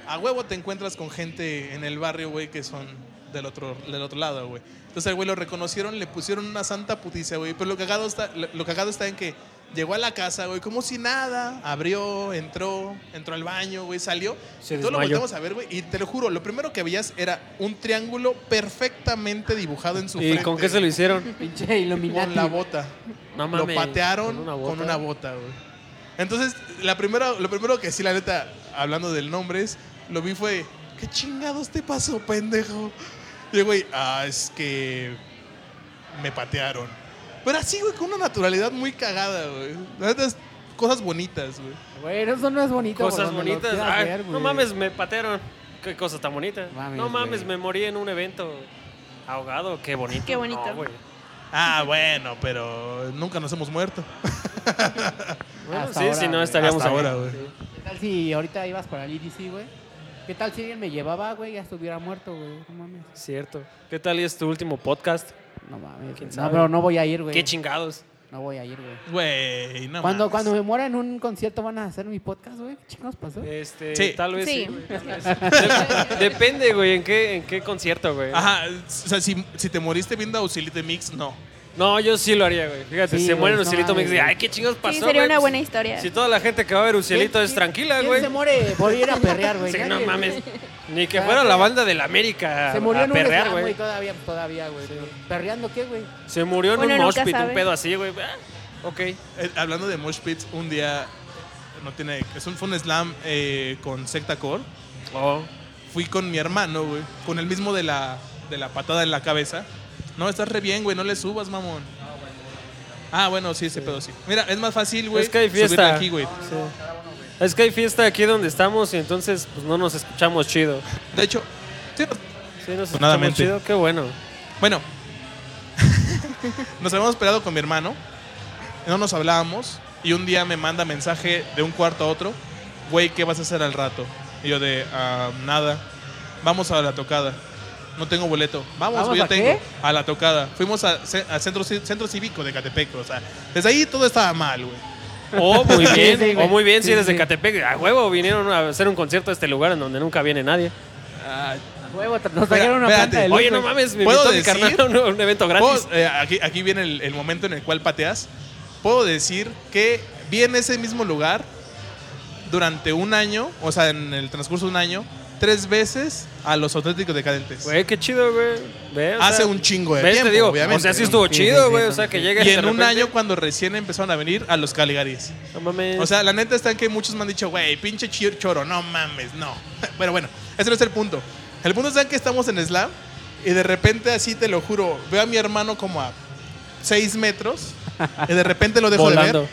a huevo te encuentras con gente en el barrio, güey, que son del otro, del otro lado, güey. Entonces, al güey lo reconocieron, le pusieron una santa puticia, güey. Pero lo cagado, está, lo, lo cagado está en que llegó a la casa, güey, como si nada. Abrió, entró, entró al baño, güey, salió. Se Entonces lo desmayó. volteamos a ver, güey, y te lo juro, lo primero que veías era un triángulo perfectamente dibujado en su ¿Y frente. con qué se lo hicieron? Pinche Illuminati. Con la bota. No lo mames. patearon ¿Con una bota? con una bota, güey. Entonces, la primera, lo primero que sí, la neta, hablando del nombre, es, lo vi fue, ¿qué chingados te pasó, pendejo? Y el güey, ah, es que me patearon. Pero así, güey, con una naturalidad muy cagada, güey. La neta, es cosas bonitas, güey. Güey, eso no es bonito. Cosas por donde lo bonitas. quieras Ay, ver, no güey. mames, me patearon. Qué cosa tan bonita. Mames, no mames, güey. me morí en un evento ahogado. Qué bonito. Qué bonito. No, güey. Ah, bueno, pero nunca nos hemos muerto. Bueno, Hasta sí, ahora, si no güey. estaríamos Hasta ahora, ahí. güey. Sí. ¿Qué tal si ahorita ibas para el IDC, güey? ¿Qué tal si alguien me llevaba, güey? Ya estuviera muerto, güey. No mames. Cierto. ¿Qué tal y es tu último podcast? No mames. ¿Quién güey. sabe? No, pero no voy a ir, güey. Qué chingados. No voy a ir, güey. Güey, no Cuando, mames. cuando me muera en un concierto van a hacer mi podcast, güey. ¿Qué chingados pasó? Este, Sí. tal vez sí. Sí. güey. Dep- Depende, güey, en qué, en qué concierto, güey. Ajá, o sea, si, si te moriste viendo Auxilite Mix, no. No, yo sí lo haría, güey. Fíjate, Sí, se güey, mueren no Ucielito me mames, dice, güey. ay, qué chingos pasó. sí, sería güey? una Pues, buena historia. Si toda la gente que va a ver Ucielito es tranquila, ¿Quién güey. se muere por ir a perrear, güey? Sí, no Nadie, güey. mames. Ni que fuera la banda del América a, Ah, Se murió a en un perrear, slam, güey. güey. Todavía, todavía, güey. ¿Perreando qué, güey? Se murió en Uno un nunca mosh pit, un sabe. pedo así, güey. Ah, ok. Eh, hablando de Mosh Pits, un día no tiene. Es un, fue un slam eh, con Secta Core. Oh. Fui con mi hermano, güey. Con el mismo de la, de la patada en la cabeza. No, estás re bien, güey. No le subas, mamón. Ah, bueno, sí, ese pedo sí. Mira, es más fácil, güey. Es que hay subirle fiesta. aquí, güey. Sí. Es que hay fiesta aquí donde estamos y entonces pues no nos escuchamos chido. De hecho, sí, Sí, nos nos- Pues escuchamos Afortunadamente. chido, qué bueno. Bueno, nos habíamos peleado con mi hermano, no nos hablábamos, y un día me manda mensaje de un cuarto a otro, güey, ¿qué vas a hacer al rato? Y yo de, "Ah, nada, vamos a la tocada, no tengo boleto, vamos, ¿Vamos güey, yo a tengo, qué? a la tocada. Fuimos a ce- al centro, ci- centro cívico de Catepec, o sea, desde ahí todo estaba mal, güey. O muy Sí, bien, sí, güey. o muy bien si Sí, eres de sí. Catepec. A huevo vinieron a hacer un concierto a este lugar en donde nunca viene nadie. Huevo, tra- nos trajeron una espérate. planta de luz, Oye, no güey. mames, me ¿Puedo invitó mi decir? carnal a un, a un evento gratis. Puedo- eh, aquí, aquí viene el, el momento en el cual pateas. Puedo decir que vi en ese mismo lugar durante un año, o sea, en el transcurso de un año, tres veces a los auténticos decadentes. Güey, qué chido, güey. Ve, o Hace sea, un chingo de ves, tiempo, te digo, obviamente, O sea, sí ¿no? estuvo Sí, sí, chido, sí, güey. o sí, sea, sí. que llegas Y de en un repente- año cuando recién empezaron a venir a los Caligaris. No mames. O sea, la neta está en que muchos me han dicho, güey, pinche chi- choro, no mames, no. Pero bueno, ese no es el punto. El punto está en que estamos en Slam y de repente, así te lo juro, veo a mi hermano como a 6 metros y de repente lo dejo de volando. ver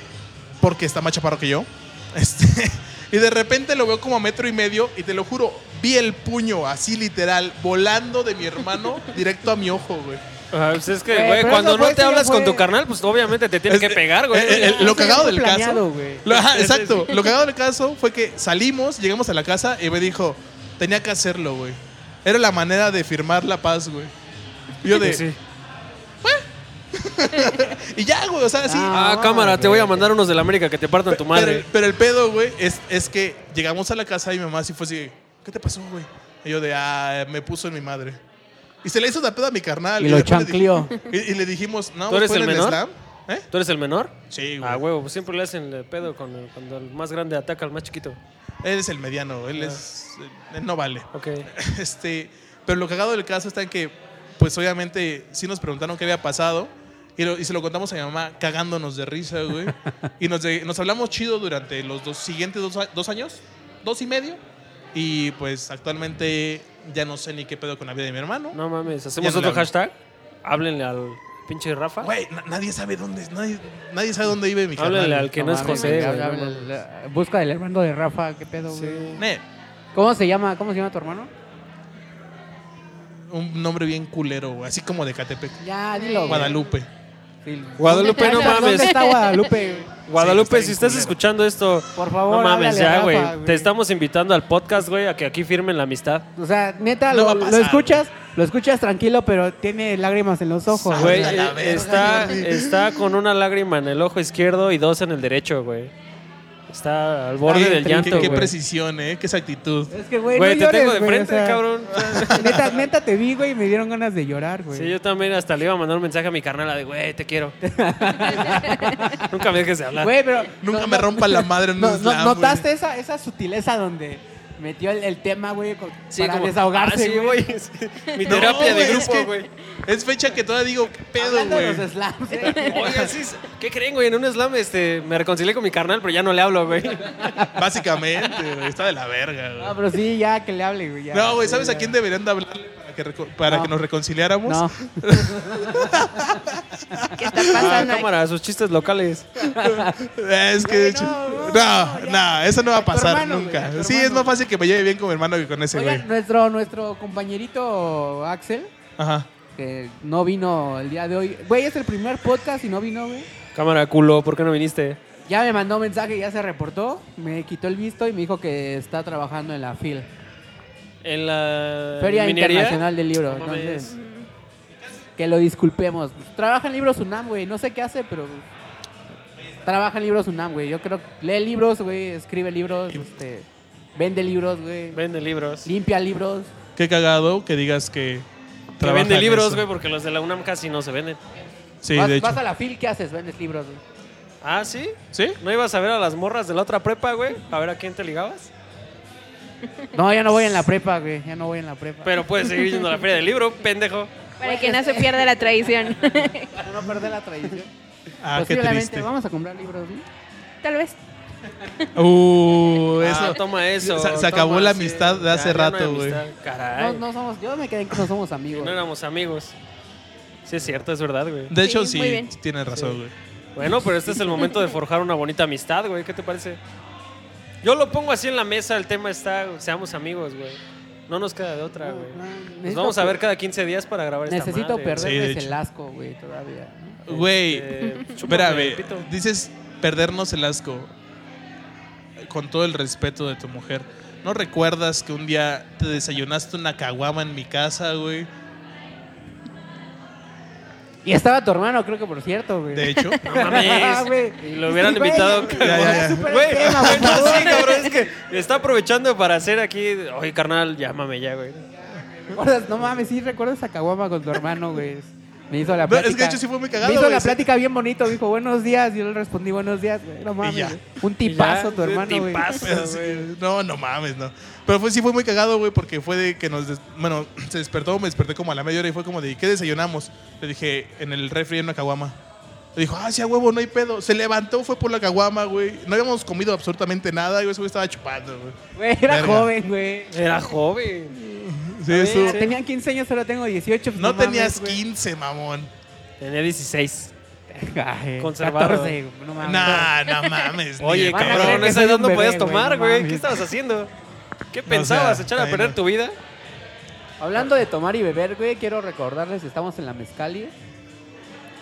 porque está más chaparro que yo. Este, y de repente lo veo como a metro y medio y te lo juro, vi el puño así literal volando de mi hermano directo a mi ojo, güey. Ajá, pues es que, Güey, güey, pero cuando eso no fue- te eso ya hablas con fue- tu carnal, pues obviamente te tienes Es- que pegar, güey. eh, eh, lo Eso ya cagado fue del planeado, caso. güey. Lo- ajá, exacto. Lo cagado del caso fue que salimos, llegamos a la casa y me dijo, tenía que hacerlo, güey. Era la manera de firmar la paz, güey. Y Yo de. Pues sí. Y ya, güey, o sea, así. Ah, Ah, no, cámara, te güey. voy a mandar unos de la América que te partan tu pero, madre. pero el pedo, güey, es, es que llegamos a la casa y mi mamá así fue así, ¿qué te pasó, güey? Y yo de, ah, me puso en mi madre. Y se le hizo de pedo a mi carnal. Y lo después le di- chancleó. y, y le dijimos, no, ¿Tú eres fue el en menor? slam. ¿Eh? ¿Tú eres el menor? Sí, güey. Ah, huevo, pues siempre le hacen el pedo con el- cuando el más grande ataca al más chiquito. Él es el mediano, Ah. él es. él no vale. Ok. Este, pero lo cagado del caso está en que, pues obviamente, sí nos preguntaron qué había pasado. Y, lo- y se lo contamos a mi mamá cagándonos de risa, güey. y nos, de- nos hablamos chido durante los dos, siguientes dos, a- dos años, dos y medio. Y pues actualmente ya no sé ni qué pedo con la vida de mi hermano. No mames, hacemos Ya no otro le hablo. hashtag. Háblenle al pinche Rafa. Güey, na- nadie sabe dónde, nadie, nadie sabe dónde vive mi carnal. Háblenle al que no, es mames, José. güey, güey, no habla- mames. habla- Busca el hermano de Rafa, qué pedo, Sí. güey. Ne, ¿Cómo se llama? ¿Cómo se llama tu hermano? un nombre bien culero, güey, así como de Catepec. Ya, dilo. güey. Guadalupe. Sí. Guadalupe, no mames. ¿Dónde está Guadalupe? güey? Guadalupe, Sí, si está estás bien culero. escuchando esto, Por favor, no mames, háblale a ya, Rafa, güey. güey. Te estamos invitando al podcast, güey, a que aquí firmen la amistad. O sea, neta, No va lo, a lo pasar. escuchas, lo escuchas tranquilo, pero tiene lágrimas en los ojos. Güey, a la eh, verga, está, güey. está con una lágrima en el ojo izquierdo y dos en el derecho, güey. Está al borde Ay, del qué- llanto, Qué, qué güey. precisión, ¿eh? Qué exactitud. Es que, güey, Güey, no te llores, tengo de güey, frente, o sea, cabrón. Neta, neta te vi, güey, y me dieron ganas de llorar, güey. Sí, yo también hasta le iba a mandar un mensaje a mi carnala de, güey, te quiero. Nunca me dejes de hablar. Güey, pero... Nunca me rompa la madre en no, un no- slam, güey. ¿Notaste esa, esa sutileza donde metió el, el tema, güey, con- Sí, para como, desahogarse, "Ah, sí, güey? güey. sí. Mi No, terapia de güey, es grupo, que- güey. Es fecha que todavía digo, ¿qué pedo, Hablando de güey? los slams, eh. Oigan, sí, ¿qué creen, güey? En un slam este, me reconcilié con mi carnal, pero ya no le hablo, güey. Básicamente, güey, está de la verga, No, güey. pero sí, ya que le hable, güey. ya. No, güey, Sí, ¿sabes ya. a quién deberían de hablarle para que, reco- para No. que nos reconciliáramos? No. ¿Qué está Ah, pasando? aquí? cámara, sus chistes locales. Es que de hecho. no, No, no, no, ya. eso no va a Tu pasar hermano, güey, nunca. tu sí, hermano. es más fácil que me lleve bien con mi hermano que con ese, güey. Oigan, nuestro, nuestro compañerito Axel, Ajá. que no vino el día de hoy. Güey, es el primer podcast y no vino, güey. Cámara, culo, ¿por qué no viniste? Ya me mandó mensaje, ya se reportó, me quitó el visto y me dijo que está trabajando en la FIL, En la Feria minería. Internacional del Libro. No mames. entonces, que lo disculpemos. Pues, Trabaja en Libros UNAM, güey, no sé qué hace, pero pues, trabaja en Libros UNAM, güey. Yo creo que lee libros, güey, escribe libros, este, vende libros, güey, Vende libros. limpia libros. Qué cagado que digas que. Que trabaja vende en libros, eso. güey, porque los de la UNAM casi no se venden. Sí, vas, de hecho. vas a la FIL, ¿qué haces? Vendes libros, güey. Ah, ¿sí? ¿Sí? ¿No ibas a ver a las morras de la otra prepa, güey? A ver a quién te ligabas. No, ya no voy en la prepa, güey, ya no voy en la prepa. Pero puedes seguir yendo a la feria del libro, pendejo. Para que no se pierda la tradición. Para no perder la tradición. Ah, qué Posiblemente triste. vamos a comprar libros, güey. Tal vez. Uh, eso. Ah, toma eso. Se- se acabó toma, la sí. amistad de hace Ya, ya no hay rato, güey. amistad, No, Caray. no somos, yo me quedé que no somos Que amigos. no éramos amigos. Sí, es cierto, es verdad, güey. De hecho, Sí, sí, muy bien. tienes razón, güey. Bueno, pero este es el momento de forjar una bonita amistad, güey. ¿Qué te parece? Yo lo pongo así en la mesa, el tema está, seamos amigos, güey. No nos queda de otra, No, güey. no, Nos necesito vamos a per- ver cada 15 días para grabar esta Necesito madre, güey. Sí, de perderles hecho. el asco, güey, todavía. ¿no? Güey, Eh, chúpame espérame, el pito. dices perdernos el asco. Con todo el respeto de tu mujer. ¿No recuerdas que un día te desayunaste una caguama en mi casa, güey? Y estaba tu hermano, creo que por cierto, güey. De hecho. No mames. Ah, güey. Y lo hubieran Sí, güey, invitado. güey, Ya, ya, ya. supera el Güey, tema, por no, favor. sí, cabrón, es que está aprovechando para hacer aquí. Oye, carnal, llámame ya, güey. ¿Recuerdas? No mames, sí, recuerdas a Caguama con tu hermano, güey. Me hizo la No, es plática. que de hecho sí fue muy cagado, Me hizo güey, la sí. plática bien bonito. Dijo, buenos días. Y yo le respondí, buenos días, güey. No mames. ya. güey. Un tipazo ya, tu un hermano, güey. tipazo. pero sí, no, no mames, no. Pero fue, sí fue muy cagado, güey, porque fue de que nos. des- bueno, se despertó, me desperté como a la media hora y fue como de, ¿qué desayunamos? Le dije, en el refri en una caguama. Le dijo, ah, sí, a huevo, no hay pedo. Se levantó, fue por la caguama, güey. No habíamos comido absolutamente nada, güey. Ese güey estaba chupando, güey. Güey, era Verga. joven, güey. Era joven. Sí, A ver, estuvo- sí. Tenía 15 años, ahora tengo 18. pues, No mames, tenías güey. 15, mamón. Tenía 16. Ay, Conservador. 14, güey, no mames. Nah, no mames. ni Oye, de Van a creer cabrón, que esa soy edad un no bebé, podías güey, tomar, no güey. mames. ¿Qué estabas haciendo? ¿Qué pensabas? sea, ¿Echar a ahí perder no. tu vida? Hablando de tomar y beber, güey, quiero recordarles que estamos en la Mezcali.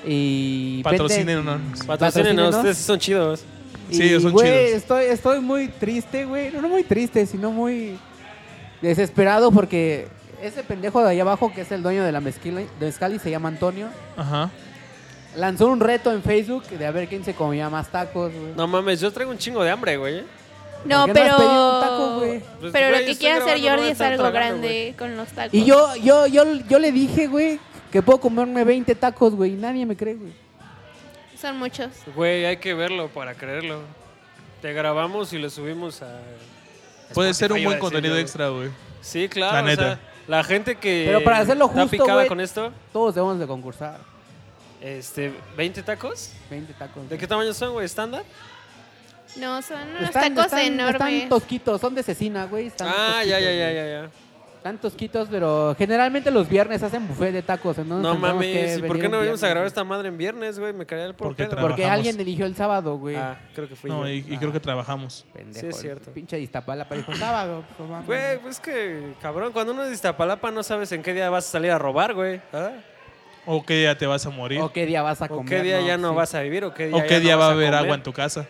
Y. Patrocínenos. venden- Patrocínenos, ustedes sí son chidos. Sí, y, son güey, chidos. Estoy, estoy muy triste, güey. No, no muy triste, sino muy desesperado porque ese pendejo de ahí abajo, que es el dueño de la mezquila- de Mezcali, se llama Antonio, Ajá. lanzó un reto en Facebook de a ver quién se comía más tacos, güey. No mames, yo traigo un chingo de hambre, güey. ¿eh? No, ¿Por qué no pero. has pedido un taco, güey? Pues, pero güey, lo que estoy quiere hacer grabando, no voy Jordi a es estar algo tragando, grande güey. con los tacos. Y yo, yo, yo, yo le dije, güey, que puedo comerme 20 tacos, güey, y nadie me cree, güey. Son muchos. Güey, hay que verlo para creerlo. Te grabamos y lo subimos a. Puede ser un Spotify, iba a buen decir, contenido güey. extra, güey. Sí, claro. La o neta. sea, la gente que Pero para hacerlo está justo, picada güey. con esto, Todos debemos de concursar. este, 20 tacos. 20 tacos. ¿De güey. qué tamaño son, güey? ¿Estándar? No, son unos Están- tacos están- enormes. Están tosquitos, son de cecina, güey. están Ah, ya, ya, tosquitos, ya, güey. ya, ya. Están tosquitos, pero generalmente los viernes hacen buffet de tacos. Entonces No tendremos que mames, ¿y por venir qué no un venimos a viernes, grabar güey. esta madre en viernes, güey? Me caería el por Porque pedo. traba- Porque Trabajamos. alguien eligió el sábado, güey. Ah, creo que fui No, yo. Ah, y, y creo que trabajamos. Pendejo, sí es el cierto. Pinche Iztapalapa para el sábado. pues, no mames. Güey, pues que, cabrón, cuando uno es de Iztapalapa no sabes en qué día vas a salir a robar, güey. ¿ah? O qué día te vas a morir. O O qué día vas a O comer. qué día ya no sí. vas a vivir, o qué día, ya qué no día va vas a haber comer. agua en tu casa.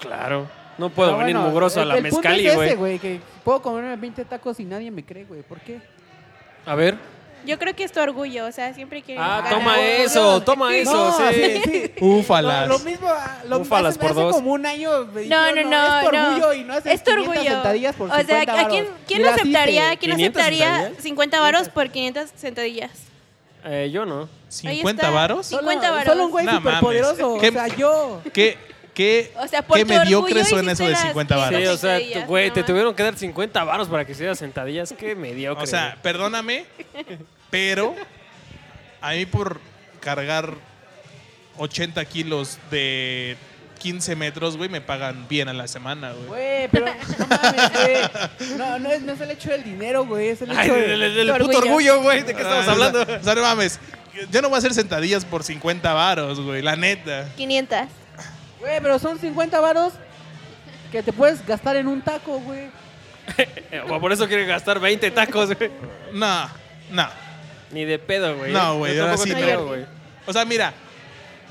Claro. No Pero puedo venir bueno, mugroso a el- la el punto mezcali, es ese, güey. güey. Que puedo comerme 20 tacos y nadie me cree, güey. ¿Por qué? A ver. Yo creo que es tu orgullo, o sea, siempre quiere. Ah, ganar. toma eso, toma eso, sí. Ufalas. Lo, lo mismo, ah, lo Ufalas hace, por hace dos. como un año. me No, dijeron, no, Es tu no. orgullo y no haces Es tu 500 orgullo. sentadillas por o sea, 50 ¿a quién, varos. quién Y no las hice. aceptaría, quién no 500 aceptaría sentadillas? 50 varos por 500 sentadillas? Eh, yo no. Ahí 50 está. varos. Sí. 50 solo, varos. solo un güey No mames. superpoderoso. ¿Qué- O sea, yo. ¿Qué, qué, O sea, por qué tu orgullo mediocre suena eso hiciste de las 50 Claro. Sí, varos? o sea, tú- Sentadillas, güey, no eh. te más. tuvieron que dar 50 varos para que hicieras sentadillas. Qué mediocre. O sea, perdóname, pero a mí por cargar 80 kilos de 15 metros, güey, me pagan bien a la semana, güey. Güey, pero no mames, güey. No, no es, no es el hecho del dinero, güey. Es el Ay, hecho del, de. del- del Tu puto orgullo. orgullo, güey. ¿De qué estamos Ah, hablando? O sea, o sea, no mames. Yo no voy a hacer sentadillas por 50 varos, güey, la neta. 500. Güey, pero son 50 varos que te puedes gastar en un taco, güey. Eh, o Por eso quieren gastar 20 tacos, güey. No, no. Ni de pedo, güey. No, güey, Yo ahora tampoco sí, creo, no. güey. O sea, mira,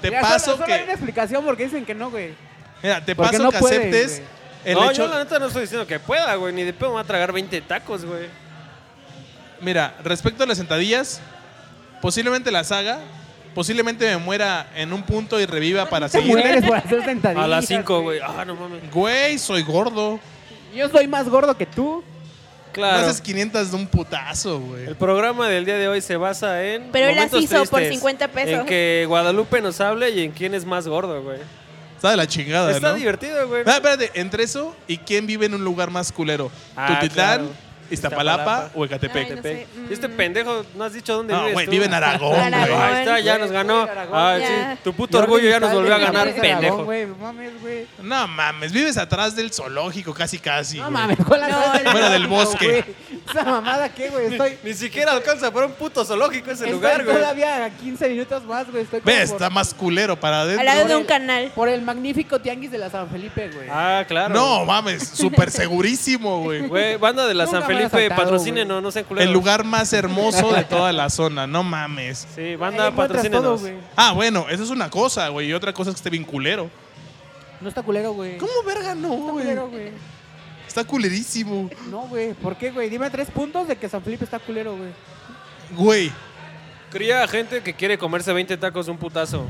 te Mira, solo- paso solo hay una que explicación porque dicen que no, güey. mira, te porque paso no que puedes, aceptes güey. el no, hecho yo la neta no estoy diciendo que pueda, güey. Ni de pedo me va a tragar 20 tacos, güey. Mira, respecto a las sentadillas, posiblemente las haga, posiblemente me muera en un punto y reviva para Te seguir. mueres por hacer sentadillas. A las 5, güey. Ah, no mames. Güey, soy gordo. Yo soy más gordo que tú. No Claro. haces 500 de un putazo, güey. El programa del día de hoy se basa en. Pero él las momentos hizo por tristes, 50 pesos. En que Guadalupe nos hable y en quién es más gordo, güey. Está de la chingada, Está ¿no? divertido, güey. Ah, espérate, entre eso y quién vive en un lugar más culero. Ah, Tutitlán, claro. Iztapalapa Iztapalapa. o Ecatepec. Ay, no Pe- sé, mm. Este pendejo, no has dicho dónde No, vives güey, tú? vive en Aragón, Aragón. güey. Ahí está, ya Güey, nos ganó. güey, Aragón, Ah, ya. sí, tu puto orgullo ya nos volvió a ganar, Jordi Vital de pendejo. Aragón, güey, mames, güey. No mames, vives atrás del zoológico casi casi. No güey. mames, con la No, madre, no, Fuera no, del no, bosque. güey. Esa mamada qué, güey. Estoy, Ni siquiera alcanza para un puto zoológico ese estoy lugar, güey. todavía a 15 minutos más, güey. Estoy como Ve, por- está más culero para Al Eh, adentro. lado de Por un el- canal. Por el magnífico tianguis de la San Felipe, güey. Ah, claro. No mames, súper segurísimo, güey. Güey, banda de la Nunca San me han Felipe, asaltado, patrocinen, güey. no, no sean culeros. El lugar más hermoso de toda la zona, no mames. Sí, Ahí banda, encuentras todo, patrocínenos. güey. Ah, bueno, eso es una cosa, güey. Y otra cosa es que esté bien culero. No está culero, güey. ¿Cómo verga no, No está güey? culero, güey? Está culerísimo. No, güey. ¿Por qué, güey? Dime tres puntos de que San Felipe está culero, güey. Güey, Cría a gente que quiere comerse 20 tacos un putazo.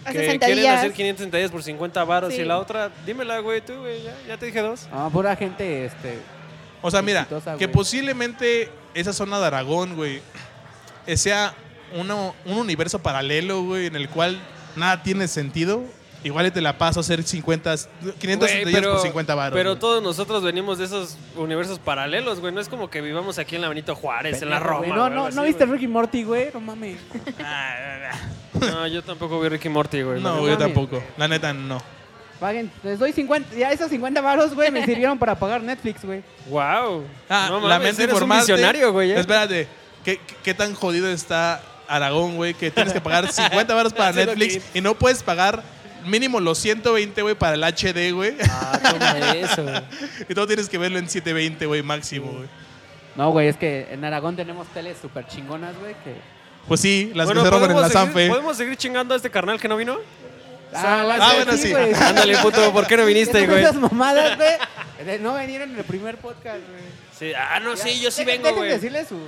Hace Que quieren sentadillas. hacer 500 centavos por 50 baros. Sí. Y la otra, dímela, güey, tú, güey, ya, ya te dije dos. Ah, pura gente, este. o sea, mira, Exitosa, que güey. posiblemente esa zona de Aragón, güey, eh, sea uno- un universo paralelo, güey, en el cual nada tiene sentido. Igual y te la paso a hacer 50, 500 Güey, centellas por 50 baros. Pero güey. todos nosotros venimos de esos universos paralelos, güey. No es como que vivamos aquí en la Benito Juárez, en la pendejo, Roma. güey. güey, No, algo no, así, no viste Ricky Morty, güey. No mames. güey. No, yo tampoco vi Ricky Morty, güey. No, No güey, yo mames, tampoco. güey. La neta, no. Paguen. Les doy 50. Ya esos 50 varos, güey, me sirvieron para pagar Netflix, güey. Wow. Ah, no, la mames, mente eres un informarte. visionario, güey. ¿eh? Espérate, ¿qué, qué- qué tan jodido está Aragón, güey? Que tienes que pagar 50 baros para Haciendo Netflix y no puedes pagar mínimo los 120, güey, para el HD, güey. Ah, toma eso. güey. Y todo tienes que verlo en 720, güey, máximo, güey. No, güey, es que en Aragón tenemos teles súper chingonas, güey, que... Pues sí, las Bueno, que se roban en la ¿podemos seguir- Sanfe. ¿Podemos seguir chingando a este carnal que no vino? Ah, ah, bueno, sí. güey. Ándale, puto, ¿por qué no viniste, Que no güey? Esas mamadas, güey. de- No vinieron en el primer podcast, güey. Sí, ah, no, sí, yo sí Dejen- vengo, dejen güey. decirle su,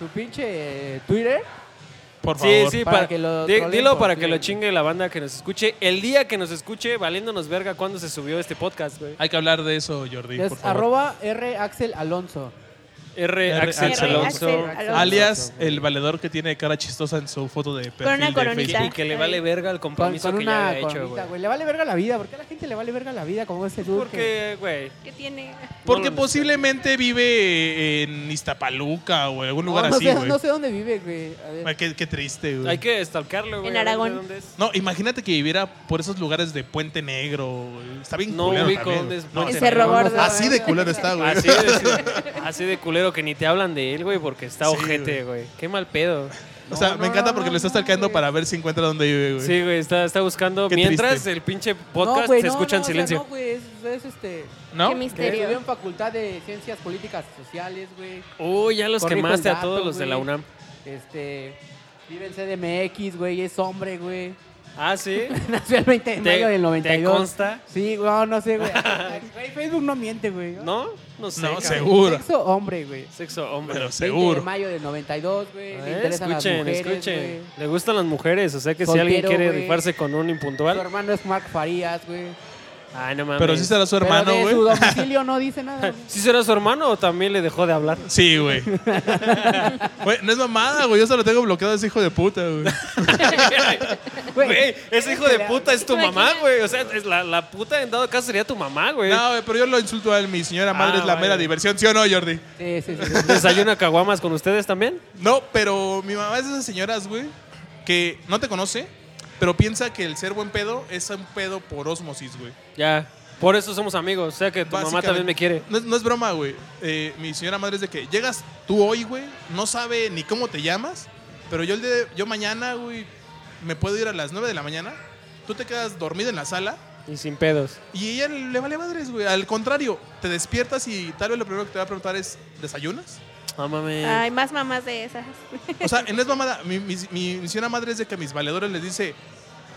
su pinche eh, Twitter. Por favor. Sí, sí, Para para- que lo di- troleen dilo por para ti, que lo güey. chingue la banda que nos escuche. El día que nos escuche, valiéndonos verga cuando se subió este podcast, güey. Hay que hablar de eso, Jordi. Es por favor. arroba R Axel Alonso. R. R. Axel R. Alonso. Axel Alonso. Alias el valedor que tiene cara chistosa en su foto de perfil una de coronita. Y Facebook. que le vale verga el Con, compromiso con que ya una había hecho, coronita, güey. güey. Le vale verga la vida. ¿Por qué a la gente le vale verga la vida como ese dude? que- Porque, güey. ¿Qué tiene? No Porque lo necesito. posiblemente vive en Iztapaluca o en algún lugar no, no así, sé, güey. no sé dónde vive, güey. A ver. Ay, Qué, qué triste, güey. Hay que stalkearlo, güey. En a ver de Aragón. dónde es. No, imagínate que viviera por esos lugares de Puente Negro. güey. Está bien No culero ubico también, dónde güey. es No, Ah, En Puente Cerro Negro. Ah, Gordo. Así de culero está, güey. Así de, así de culero que ni te hablan de él, güey, porque está Sí, ojete, güey. Qué mal pedo. O sea, No, me no, encanta no, porque no, lo está no, stalkeando güey. para ver si encuentra dónde vive, güey. Sí, güey, está, está buscando. Qué Mientras triste. el pinche No, podcast güey, se no, escucha no, en o sea, silencio. no, güey, es, es este. ¿No? Qué que Estudió misterio. en Facultad de Ciencias Políticas y Sociales, güey. Uy, ya los Corrijo el quemaste a dato, todos los de la güey. UNAM. Este. Vive en CDMX, güey. Es hombre, güey. Ah, sí. Nació el 20 de ¿Te- mayo del te 92. consta? Sí, güey, no, no sé, güey. Güey, Facebook no miente, güey. ¿No? No sé. No, cabrón. seguro. Sexo hombre, güey. Sexo, hombre. Pero 20 de seguro. mayo del 92, Eh, güey. Le interesan escuchen, las mujeres, escuchen. güey. Le gustan las mujeres, o sea que si Soltero, alguien quiere güey. rifarse con un Su impuntual. hermano es Mark Farías, güey. Ay, no mames. Pero sí será su hermano, Pero de su güey. domicilio no dice nada. güey. ¿Sí será su hermano o también le dejó de hablar? Sí, güey. Güey, no es mamada, güey. Yo se lo tengo bloqueado a ese hijo de puta, güey. Güey, ese hijo de puta es tu Imagina- mamá, güey. O sea, es la, la puta en dado caso sería tu mamá, güey. No, güey, pero yo lo insulto a él. Mi señora madre Ah, es la mera vale. diversión, ¿sí o no, Jordi? Sí, sí, sí. ¿Desayuna caguamas con ustedes también? No, pero mi mamá es de esas señoras, güey, que no te conoce, pero piensa que el ser buen pedo es un pedo por osmosis, güey. Ya. Por eso somos amigos. O sea que tu mamá Básicamente. también me quiere. No, es- no es broma, güey. Eh, mi señora madre es de que llegas tú hoy, güey, no sabe ni cómo te llamas, pero yo el de, yo mañana, güey, me puedo ir a las 9 de la mañana, tú te quedas dormido en la sala Y sin pedos. y ella le vale madres, güey. Al contrario, te despiertas y tal vez lo primero que te va a preguntar es, ¿desayunas? No mames. Hay más mamás de esas. O sea, en es mamada. Mi, mi, mi misión a madre es de que a mis valedores les dice: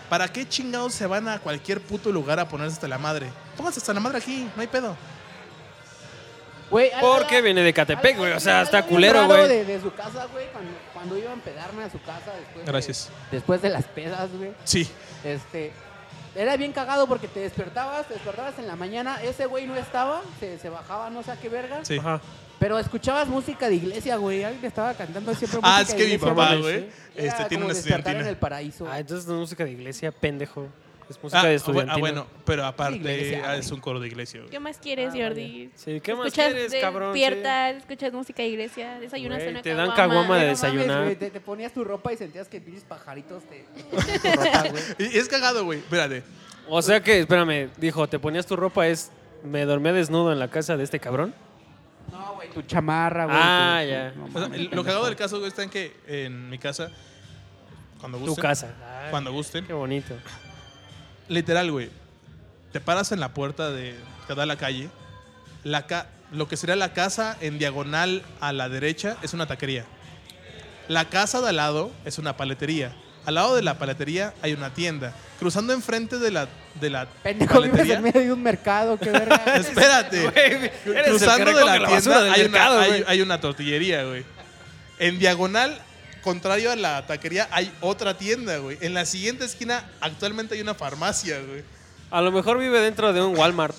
¿Para qué chingados se van a cualquier puto lugar a ponerse hasta la madre? Pónganse hasta la madre aquí, no hay pedo. Güey, algo- Porque viene de Catepec, güey. O sea, algo está bien culero, raro güey. De, de su casa, güey, cuando, cuando iba a empedarme a su casa después. de- Gracias. después de las pedas, güey. Sí. Este. Era bien cagado porque te despertabas, te despertabas en la mañana, ese güey no estaba, se, se bajaba no sé a qué verga, Sí. Ah, Ajá. pero escuchabas música de iglesia, güey, alguien estaba cantando siempre música Ah, es de que mi iglesia, papá, güey. güey, Era este, tiene como una despertar estudiantina. en el paraíso. Ah, entonces no es música de iglesia, pendejo. Es música Ah, de ah, bueno, estudiantina. ah, bueno, pero aparte Iglesia, ah, güey. es un coro de iglesia, güey. ¿Qué más quieres, Jordi? Sí, Ah, ¿qué más escuchas, quieres, de- cabrón? Sí. Despiertas, escuchas música de iglesia, desayunas Güey, una te dan caguama de Ay, caguama no mames, desayunar. güey, te, te ponías tu ropa y sentías que pinches pajaritos te... tu ropa, güey. Y- y es cagado, güey. Espérate. O sea que, espérame, dijo, te ponías tu ropa, es. Me dormía desnudo en la casa de este cabrón. No, güey, tu chamarra, güey. Ah, tu- tu- ya. no O sea, mames, lo pendejo. cagado del caso, güey, está en que en mi casa, cuando Tu gusten, casa. Ay, cuando gusten, Qué bonito. literal, güey, te paras en la puerta de que da a la calle, la ca- lo que sería la casa en diagonal a la derecha es una taquería. La casa de al lado es una paletería. Al lado de la paletería hay una tienda. Cruzando enfrente de la, de la Pendejo, vives en paletería. medio de un mercado, qué verga. Espérate. Güey, eres el que Cruzando de recoge la la basura tienda del hay, mercado, una, hay- güey. hay una tortillería, güey. En diagonal, contrario a la taquería, hay otra tienda, güey. En la siguiente esquina actualmente hay una farmacia, güey. A lo mejor vive dentro de un Walmart.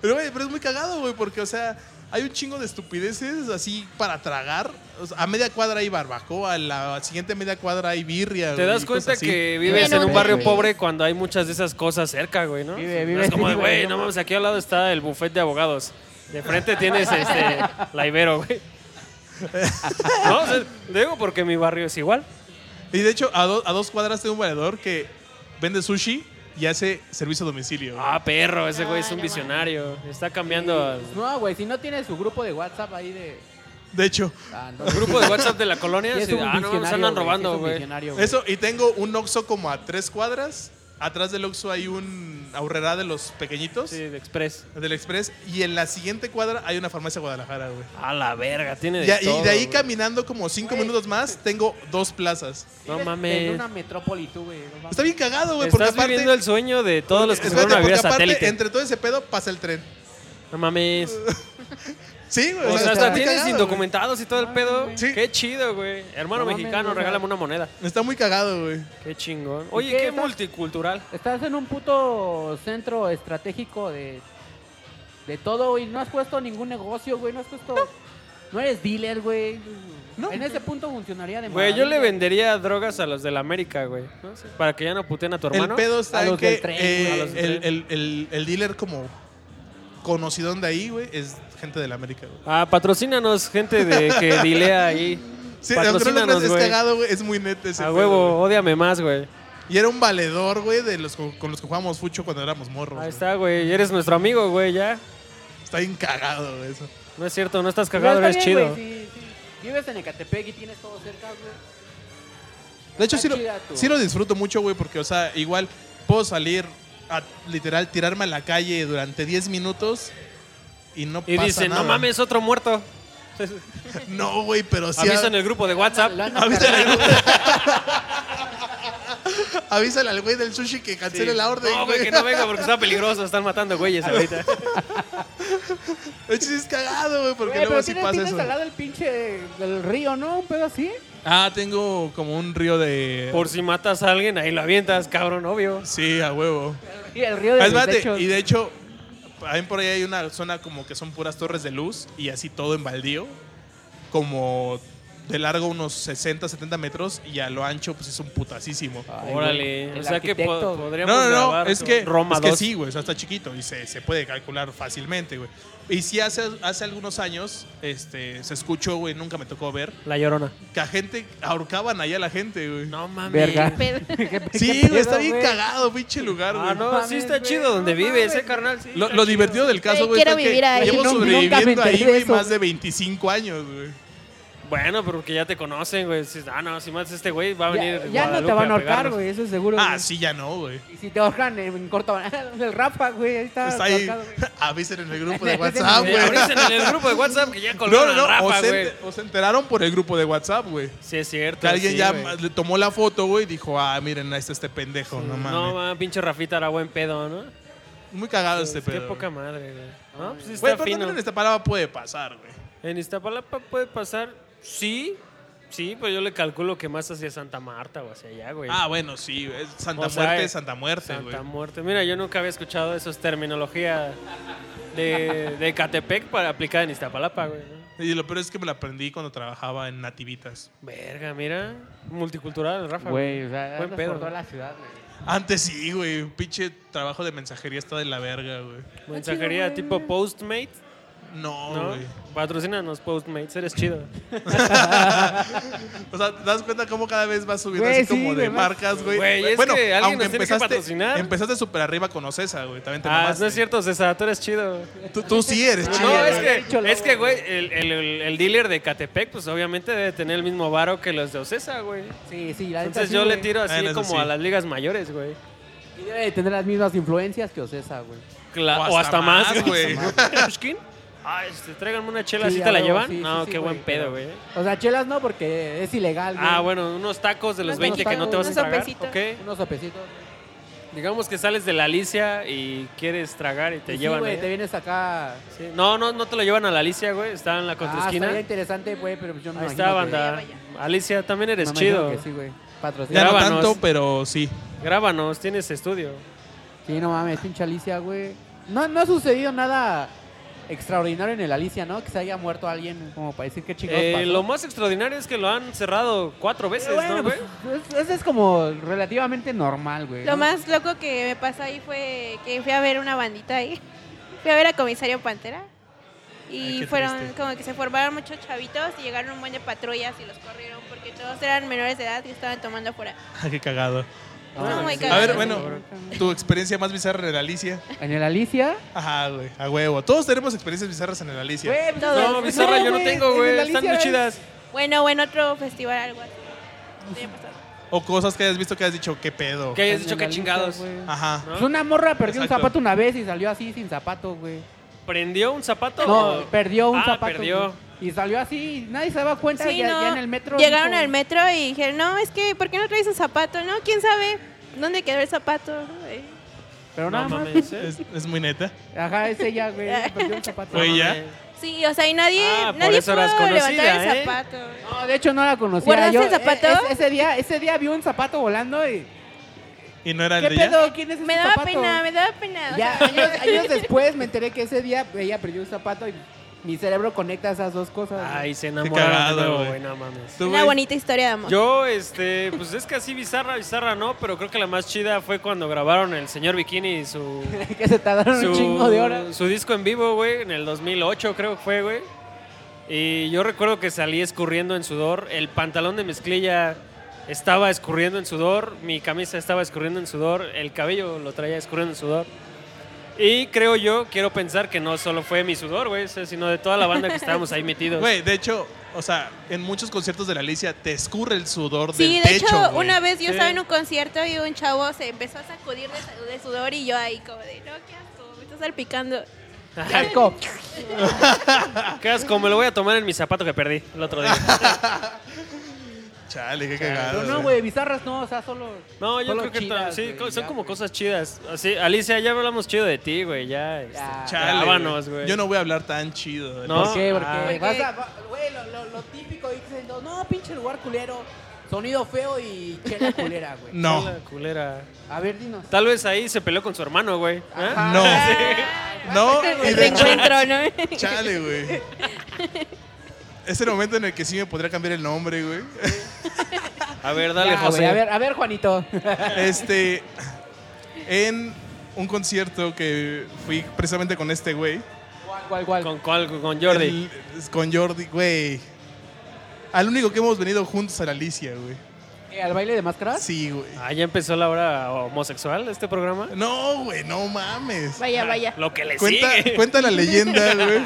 Pero, güey, pero es muy cagado, güey, porque, o sea, hay un chingo de estupideces así para tragar. O sea, a media cuadra hay barbacoa, a la siguiente media cuadra hay birria. Te güey, das y cosas cuenta así. que vives Bueno, en un sí, barrio güey. pobre cuando hay muchas de esas cosas cerca, güey, ¿no? Vive, No vive, es como, de, vive, güey, no no mames. mames, aquí al lado está el buffet de abogados. De frente tienes este, la Ibero, güey. no, o sea, digo porque mi barrio es igual. Y de hecho, a, do- a dos cuadras tengo un valedor que vende sushi y hace servicio a domicilio. güey. Ah, perro, ese güey es Ay, un no visionario. Está cambiando Pues No, güey, si no tiene su grupo de WhatsApp ahí de... De hecho, Ah, no. al grupo de WhatsApp de la colonia. Sí, es sí, un ah, no, se visionario, andan güey, robando, es un güey. visionario, güey. eso, y tengo un Oxxo como a tres cuadras. Atrás del Oxxo hay un ahorrerá de los pequeñitos, Sí, de Express. del Express. Y en la siguiente cuadra hay una farmacia Guadalajara, güey. A la verga, tiene de Ya, y todo, de ahí güey. caminando como cinco minutos más, tengo dos plazas. No Vives mames. En una metrópoli tú, güey. no mames. Está bien cagado, güey, porque Estás aparte. viviendo el sueño de todos los que se fueron a espérate, vivir a porque aparte, satélite. entre todo ese pedo pasa el tren. No mames. Sí, güey. O sea, está hasta muy tienes cagado, indocumentados y todo el pedo. Sí. Qué chido, güey. Hermano No mames, mexicano, no, regálame no. una moneda. güey. Está muy cagado, güey. Qué chingón. Oye, qué qué, estás? multicultural. Estás en un puto centro estratégico de, de todo, güey. No has puesto ningún negocio, güey. No has puesto. No eres dealer, güey. No. En ese punto funcionaría de Güey, yo le maravilla. vendería drogas a los del América, güey. No sé, Para que ya no puten a tu hermano. El pedo A está en los que del tren, eh, güey, a los del el, tren. el- el- el dealer como conocidón de ahí, güey, es gente de la América, güey. Ah, patrocínanos, gente de que dilea ahí. Sí, aunque no lo creas, patrocínanos, es güey. cagado, güey. Es muy neto ese. A pedo, huevo, güey. ódiame más, güey. Y era un valedor, güey, de los co- con los que jugábamos fucho cuando éramos morros. Ahí güey. está, güey. Eres nuestro amigo, güey, ya. Está bien cagado, güey, eso. No es cierto, no estás Pero cagado, está eres bien, chido. güey, si- si Vives en Ecatepec y tienes todo cerca, güey. De hecho, sí Está lo, chida tu- sí lo disfruto mucho, güey, porque, o sea, igual puedo salir a literal tirarme a la calle durante 10 minutos y no Y pasa dicen, nada. no mames, otro muerto. No, güey, pero sí. ah. Avisan el grupo de WhatsApp. Lo andan Avísale cargando. al, Avísale al güey del sushi que cancele la orden. No, güey, que no venga porque está peligroso. Están matando güeyes ahorita. De hecho, sí es cagado, güey, porque Güey, luego pero sí tienes, pasa tienes eso. al lado el pinche del río, ¿no? Un pedo así. Ah, tengo como un río de. Por si matas a alguien, ahí lo avientas, cabrón, obvio. Sí, a huevo. Y el río de Ah, los espérate, desechos. y de hecho, también por ahí hay una zona como que son puras torres de luz y así todo en baldío, como de largo unos 60, 70 metros y a lo ancho pues es un putasísimo. Ay, Órale. güey, O el sea que po- arquitecto, güey. podríamos No, no, no, Ah. grabar es que, Roma es que 2. sí, güey, o sea, está chiquito y se, se puede calcular fácilmente, güey. Y sí, hace, hace algunos años este, se escuchó, güey, nunca me tocó ver, La llorona. que a gente ahorcaban allá a la gente, güey. No mames. Verga. Pero- ¿Qué- qué sí, güey, está pedo, bien cagado, pinche lugar, güey. Ah, no, sí mames, está güey. chido donde No vives, mames. eh, carnal. sí Lo, está lo chido. divertido del caso, Eh, Güey, güey, quiero está que vivir ahí. llevo No, nunca me sobreviviendo enteré ahí, de güey, eso. más de 25 años, güey. Bueno, pero porque ya te conocen, güey. Dices, ah, no, si matas a este güey, va a venir. Ya, ya no te Guadalupe van a ahorcar, pegarnos. güey, eso es seguro. Ah, güey. sí, ya no, güey. Y si te ahorcan en, en corto, el Rafa, güey, ahí Ah, está. Está ahí, ahorcado, güey. avisen en el grupo de WhatsApp, Sí, Ah, güey. avisen Ah, en el grupo de WhatsApp que ya No, no, colgaron a no, o Rafa, se, güey. enter- o se enteraron por el grupo de WhatsApp, güey. Sí, es cierto. Que alguien sí, ya güey. le tomó la foto, güey, y dijo, ah, miren, ahí está este pendejo, no mames. No, mames, pinche Rafita era buen pedo, ¿no? Muy cagado este Qué pedo. poca madre, güey. No, pues sí Güey, está pero fino. también en esta palabra puede pasar, güey. En Iztapalapa puede pasar, sí, sí, pero yo le calculo que más hacia Santa Marta o hacia allá, güey. Ah, bueno, sí, güey. Santa O sea, Muerte, eh, Santa Muerte, güey. Santa Muerte. Mira, yo nunca había escuchado esas terminología de, de Catepec para aplicar en Iztapalapa, güey. ¿no? Y lo peor es que me la aprendí cuando trabajaba en Nativitas. Verga, mira. Multicultural, Rafa. Güey, o sea, Buen andas pedo. por toda la ciudad, güey. Antes sí, güey. Un pinche trabajo de mensajería está de la verga, güey. Mensajería tipo Postmate, No, ¿no? güey. Patrocínanos Postmates, eres chido. O sea, ¿te das cuenta cómo cada vez vas subiendo Güey, así como de sí, güey, más- marcas, güey? Güey, es bueno, que alguien aunque nos tiene que patrocinar. empezaste, empezaste súper arriba con Ocesa, güey. También te Ah, mamaste. no es cierto, César, tú eres chido. Tú, tú sí eres No, chido. no, es güey. que, es que, güey, el, el- el- el dealer de Catepec, pues obviamente debe tener el mismo varo que los de Ocesa, güey. Sí, sí, la neta Entonces sí, yo le güey. tiro Ah, así no, eso como sí. a las ligas mayores, güey. Y debe de tener las mismas influencias que Ocesa, güey. Cla- O o, hasta hasta más, más, güey. güey. ¿Pushkin? Ah, este, tráiganme una chela, Sí, ¿sí a te la huevo, llevan? sí, sí, no, sí, qué buen güey, pedo, pero- güey. O sea, chelas no, porque es ilegal, güey. Ah, bueno, unos tacos de los Unos 20 que no te vas a unos tragar, sopecitos. ¿ok? Unos sopecitos. Digamos que sales de la Alicia y quieres tragar y te Y Pues sí, llevan güey, ahí. te vienes acá. Sí. No, no, no te lo llevan a la Alicia, güey. Está en la Ah, contraesquina. estaría interesante, güey, pero yo no Ahí me está, imagino que- banda. Vaya, Alicia, también eres me imagino chido. que sí, güey. Patrocina. Ya no Grábanos. tanto, pero sí. Grábanos, tienes estudio. Sí, no mames, pinche Alicia, güey. No, no ha sucedido nada extraordinario en el Alicia, ¿no? Que se haya muerto alguien, como para decir qué chingados Eh, pasó. lo más extraordinario es que lo han cerrado cuatro veces, Pero bueno, ¿no, güey? pues, es- eso es como relativamente normal, güey. Lo ¿no? más loco que me pasó ahí fue que fui a ver una bandita ahí. Fui a ver a Comisario Pantera. Ay, Y qué fueron triste. como que se formaron muchos chavitos y llegaron un buen de patrullas y los corrieron porque todos eran menores de edad y estaban tomando afuera. Ah, qué cagado. No, muy Ah, sí. cagado. A ver, bueno, tu experiencia más bizarra en el Alicia. En el Alicia. Ajá, güey, a huevo. Todos tenemos experiencias bizarras en el Alicia. Güey, pues, No, No, bizarra yo no güey, tengo, en el güey. Alicia Están muy es- chidas. Bueno, o en otro festival, algo así. Estoy pasando. O cosas que hayas visto que has dicho, qué pedo. Que hayas En dicho la que lista, chingados. Ah, güey. Ajá. ¿No? Pues una morra perdió Exacto. un zapato una vez y salió así sin zapato, güey. ¿Prendió un zapato? No, o- perdió un Ah, zapato. perdió. güey. Y salió así, nadie se daba cuenta Sí, ya, no. ya en el metro. Llegaron dijo, al metro y dijeron, no, es que, ¿por qué no traes un zapato? No, quién sabe dónde quedó el zapato. Eh, Pero No nada más. mames. ¿eh? Es, es muy neta. Ajá, es ella, güey. perdió un zapato. Güey, ya. Sí, o sea, y nadie, Ah, por nadie eso pudo eras levantar el conocida, ¿eh? zapato. No, de hecho no la conocía. ¿Guardaste Yo, el zapato? eh, es- ese, día, ese día vi un zapato volando y. ¿Y no era el ¿Qué de ella? pedo? ¿Quién es ese Me daba zapato? pena, me daba pena. o Ya, sea, años, años después me enteré que ese día ella perdió un zapato y mi cerebro conecta esas dos cosas. güey. Ay, se Qué enamoraron cagado, de nuevo, güey. güey, no mames. Tú, una güey. bonita historia de amor. Yo, este, pues es que así bizarra, bizarra no, pero creo que la más chida fue cuando grabaron el señor Bikini y su, que se tardaron su, un chingo de horas. su disco en vivo, güey, en el 2008 creo que fue, güey. Y yo recuerdo que salí escurriendo en sudor, el pantalón de mezclilla estaba escurriendo en sudor, mi camisa estaba escurriendo en sudor, el cabello lo traía escurriendo en sudor. Y creo yo, quiero pensar que no solo fue mi sudor, güey, o sea, sino de toda la banda que estábamos ahí metidos. Güey, de hecho, o sea, en muchos conciertos de la Alicia te escurre el sudor Sí, del de techo. hecho, güey. una vez yo Sí. estaba en un concierto y un chavo se empezó a sacudir de, de sudor y yo ahí como de, no, qué asco, me está salpicando. Qué asco. Qué asco, me lo voy a tomar en mi zapato que perdí el otro día. Chale, qué Pero cagado. no, güey, bizarras no, o sea, solo. No, yo solo creo que to- chidas, sí, güey, co- son ya, como güey. cosas chidas. Así, Alicia, ya hablamos chido de ti, güey, ya. este, Ya. Chale, grábanos, güey. güey. Yo no voy a hablar tan chido. de No. ¿Por qué? Porque Ah. vas a. va- Güey, lo, lo- lo típico, dicen, no, pinche lugar culero, sonido feo y chela culera, güey. No. Hola, culera. A ver, dinos. Tal vez ahí se peleó con su hermano, güey. ¿eh? Ajá. No. No, y El de hecho, reencuentro, Pues, ¿no? chale, güey. Es el momento en el que sí me podría cambiar el nombre, güey. A ver, dale, Ya, güey, José. a ver, a ver, Juanito. Este, en un concierto que fui precisamente con este güey. ¿Cuál, cuál? ¿Con cuál? Con Jordi. el- con Jordi, güey. Al único que hemos venido juntos a la Alicia, güey. ¿Qué, ¿Al baile de máscaras? Sí, güey. Ah, ya empezó la hora homosexual de este programa. No, güey, no mames. Vaya, vaya. Lo que le Cuenta, sigue. cuenta la leyenda, güey.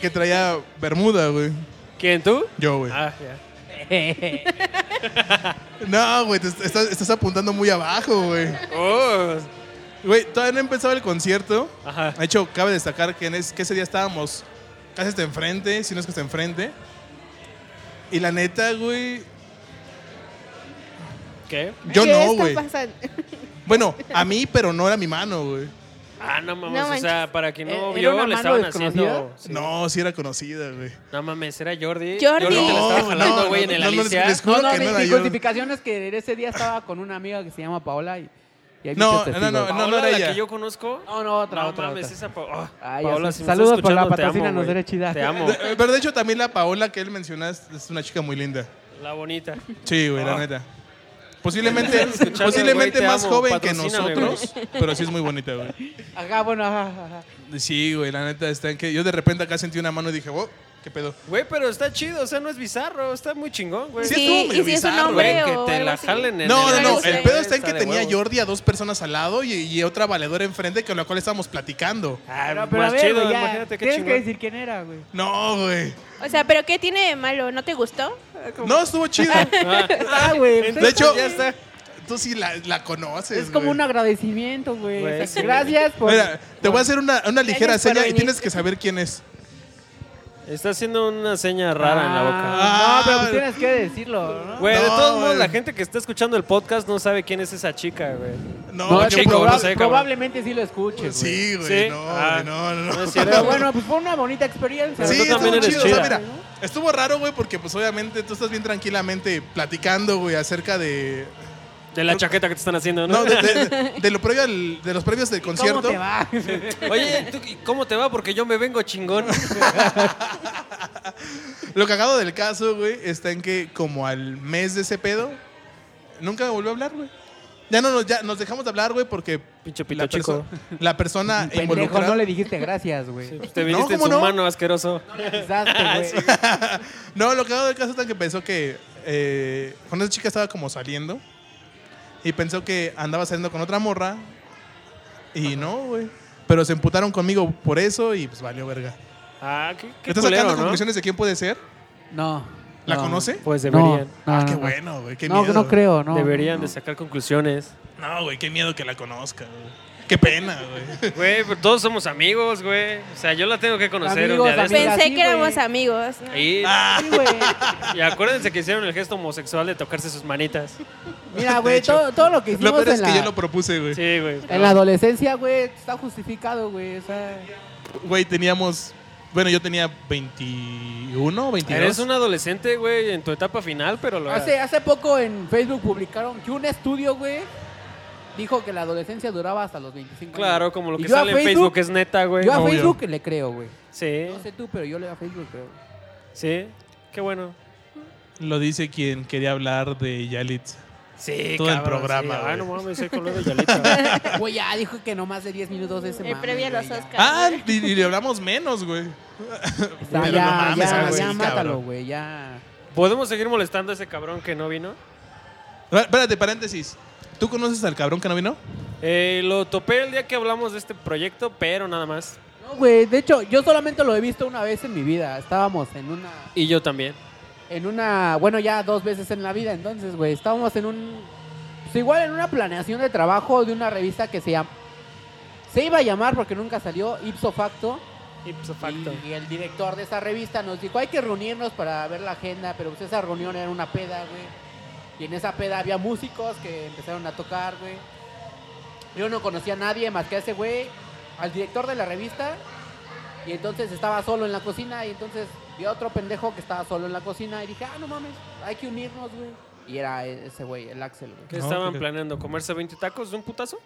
que traía Bermuda, güey. ¿Quién, tú? Yo, güey. Ah, ya. No, güey, te est- estás, estás apuntando muy abajo, güey. Oh, Güey, todavía no empezaba el concierto. Ajá. De hecho, cabe destacar que, en es- que ese día estábamos casi hasta enfrente, si no es que hasta enfrente. Y la neta, güey, ¿Qué? yo ¿Qué no, está güey. pasando? Bueno, a mí, pero no era mi mano, güey. Ah, no mames. No o sea, manches. para quien no ¿Era vio, una le mano estaban desconocida? haciendo. sí. No, sí era conocida, güey. No mames, era Jordi. Jordi. Yo lo que le estaba No, jalando, no, güey, no, en el no, no, Alicia. les- No, Juro no, que mi, no era mi yo. justificación es que ese día estaba con una amiga que se llama Paola y, y hay No, muchos no, testigos. no, Paola, era la ella. que yo conozco. No, no, otra, no otra, mames, otra. esa pa Ah, Ay, Paola, ya sé. si me estás Saludos, Paola, escuchando, te amo, patrocínanos, güey. eres chida. Te amo. De- Eh, Pero de hecho, también la Paola que él menciona es- es una chica muy linda. La bonita. Sí, güey, la Ah. neta. Posiblemente, escuchando, posiblemente güey, te más amo, joven que patrocíname, nosotros, pero sí es muy bonita, güey. Ajá, bueno, ajá, ajá. Sí, güey, la neta está en que yo de repente acá sentí una mano y dije, "Oh, qué pedo." Güey, pero está chido, o sea, no es bizarro, está muy chingón, güey. Sí, Sí, estuvo medio y si es un bizarro, hombre Güey, ¿eh? que o te algo la así. jalen en No, no, el- no, Sí, el pedo está en que de tenía a huevos. Jordi a dos personas al lado y, y otra valedora enfrente con la cual estábamos platicando. Ah, Pero, pero a más ver, chido, güey, ya, imagínate qué Tienes chingón. que decir quién era, güey. No, güey. O sea, ¿pero qué tiene de malo? ¿No te gustó? No, estuvo chido. Ah, güey. pues De es- hecho, ya está. tú sí la, la conoces. es como güey. un agradecimiento, güey. Güey, O sea, sí. Gracias por. Mira, te voy a hacer una, una ligera Gracias por seña y venir. tienes que saber quién es. Está haciendo una seña rara en la boca. Ah, Ah. no, pero pues tienes que decirlo, ¿no? Güey, de No, todos modos, güey. la gente que está escuchando el podcast no sabe quién es esa chica, güey. No, No, qué que chico, proba- no sé, cabrón. probablemente sí lo escuches, güey. Sí, güey, Sí. no, Ah, güey, no, no, no. no es cierto. Pero bueno, pues fue una bonita experiencia. Sí, tú estuvo también eres chido. o sea, chida. mira, estuvo raro, güey, porque pues obviamente tú estás bien tranquilamente platicando, güey, acerca de... De la chaqueta que te están haciendo, ¿no? No, de, de- de lo previo al- de los previos del concierto. ¿Cómo te va? Oye, ¿tú y cómo te va? Porque yo me vengo chingón. Lo cagado del caso, güey, está en que como al mes de ese pedo, nunca me volvió a hablar, güey. Ya, no, nos- ya nos dejamos de hablar, güey, porque Pinche pito la, chico. perso- la persona Pendejo, involucrada... no le dijiste gracias, güey. Sí, pues Te No, viniste ¿cómo en su no? mano, asqueroso. Pisaste, güey. No, lo cagado del caso está en que pensó que eh, con esa chica estaba como saliendo y pensó que andaba saliendo con otra morra y no, güey. Pero se emputaron conmigo por eso y pues valió verga. Ah, qué, qué ¿Estás culero, sacando ¿no? conclusiones de quién puede ser? No. ¿La No, conoce? Pues No, deberían. no, ah, no, qué no. bueno, güey. Qué No, miedo. no creo, no. deberían de sacar conclusiones. No, güey, qué miedo que la conozca, güey. Qué pena, güey. Güey, pero todos somos amigos, güey. O sea, yo la tengo que conocer Amigos, un día de estos. amigas. Pensé sí, que éramos güey. amigos. ¿no? Y, Sí, güey. y acuérdense que hicieron el gesto homosexual de tocarse sus manitas. Mira, güey, hecho, todo, todo lo que hicimos Lo peor en, es la, que yo lo propuse, güey. Sí, güey. en la adolescencia, güey, está justificado, güey. O sea, Güey, teníamos. Bueno, yo tenía 21, 22. Eres un adolescente, güey, en tu etapa final, pero lo hace, hace poco en Facebook publicaron que un estudio, güey, dijo que la adolescencia duraba hasta los 25 Claro, años. como lo Y que yo a sale en Facebook es neta, güey. Yo a obvio. Facebook le creo, güey. Sí, No sé tú, pero yo le a Facebook creo. sí. Qué bueno. Lo dice quien quería hablar de Yalitza. Sí, Todo el cabrón, programa, sí. güey. Ah, no mames, soy color de Yalitza, güey. Güey, ya dijo que no más de 10 minutos de ese El mame, previo Eh, a güey, los ya. Oscars. Ah, y, y le hablamos menos, güey. O sea, Pero ya, no mames, ya, güey, ya, sí, mátalo, cabrón. güey, ya. ¿Podemos seguir molestando a ese cabrón que no vino? Ah, Espérate, paréntesis. ¿Tú conoces al cabrón que no vino? Eh, lo topé el día que hablamos de este proyecto, pero nada más. No, güey, de hecho, yo solamente lo he visto una vez en mi vida. Estábamos en una, Y yo también. en una, bueno, ya dos veces en la vida, entonces, güey, estábamos en un, pues igual en una planeación de trabajo de una revista que se llama, se iba a llamar porque nunca salió, Ipso Facto. Ipso facto. Y, y el director de esa revista nos dijo, hay que reunirnos para ver la agenda, pero pues esa reunión era una peda, güey. Y en esa peda había músicos que empezaron a tocar, güey. Yo no conocía a nadie más que a ese güey, al director de la revista. Y entonces estaba solo en la cocina y entonces vi a otro pendejo que estaba solo en la cocina y dije, ah, no mames, hay que unirnos, güey. Y era ese güey, el Axel, ¿Qué güey. No, estaban porque- planeando? ¿Comerse 20 tacos de un putazo?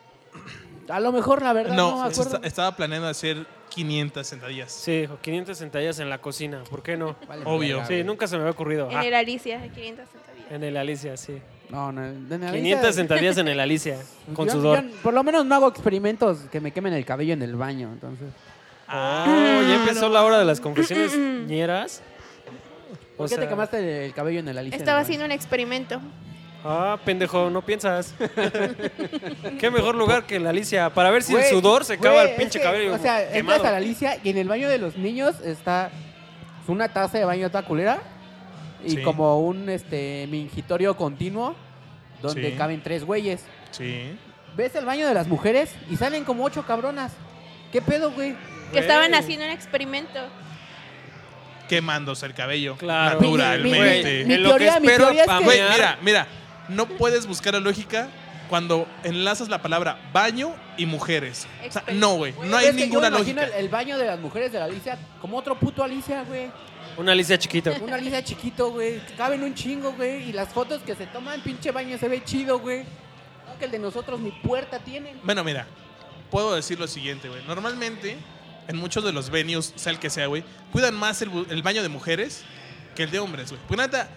A lo mejor, la verdad, no, No, me eso acuerdo. está- estaba planeando hacer 500 sentadillas. Sí, o 500 centellas en la cocina. ¿Por qué no? Vale, Obvio. verga, Sí, güey. nunca se me había ocurrido. En Ah, el Alicia, 500 centavos. en el Alicia, sí. No, no, de nariz- 500 sentadillas en el Alicia, con Yo- sudor. yo por lo menos no hago experimentos que me quemen el cabello en el baño, entonces. Oh, ya empezó la hora de las confesiones ñeras. O ¿Por qué te sea, quemaste el cabello en el alicia? en el Estaba baño? haciendo un experimento. Ah, pendejo, no piensas. Qué mejor lugar que la Alicia para ver si el Güey, sudor se güey, acaba el es pinche que, cabello. O sea, quemado. entras a la alicia y en el baño de los niños está una taza de baño toda culera y Sí. como un este mingitorio continuo donde Sí. caben tres güeyes. Sí. Ves el baño de las mujeres y salen como ocho cabronas. ¿Qué pedo, güey? Que estaban Güey. haciendo un experimento. Quemándose el cabello. Claro. Naturalmente. Mi- En mi lo que teoría- mi espero ah, teoría es que- pamear- Güey, mira, mira, no puedes buscar la lógica cuando enlazas la palabra baño y mujeres. O sea, no, güey, no hay Es que yo ninguna imagino lógica. El, el baño de las mujeres de la Alicia como otro puto Alicia, güey. Una Alicia chiquita. Una Alicia chiquito, güey. Caben un chingo, güey. Y las fotos que se toman, pinche baño, se ve chido, güey. No, que el de nosotros ni puerta tienen. Bueno, mira, puedo decir lo siguiente, güey. Normalmente, en muchos de los venues, sea el que sea, güey, cuidan más el, bu- el baño de mujeres que el de hombres, güey. Porque neta,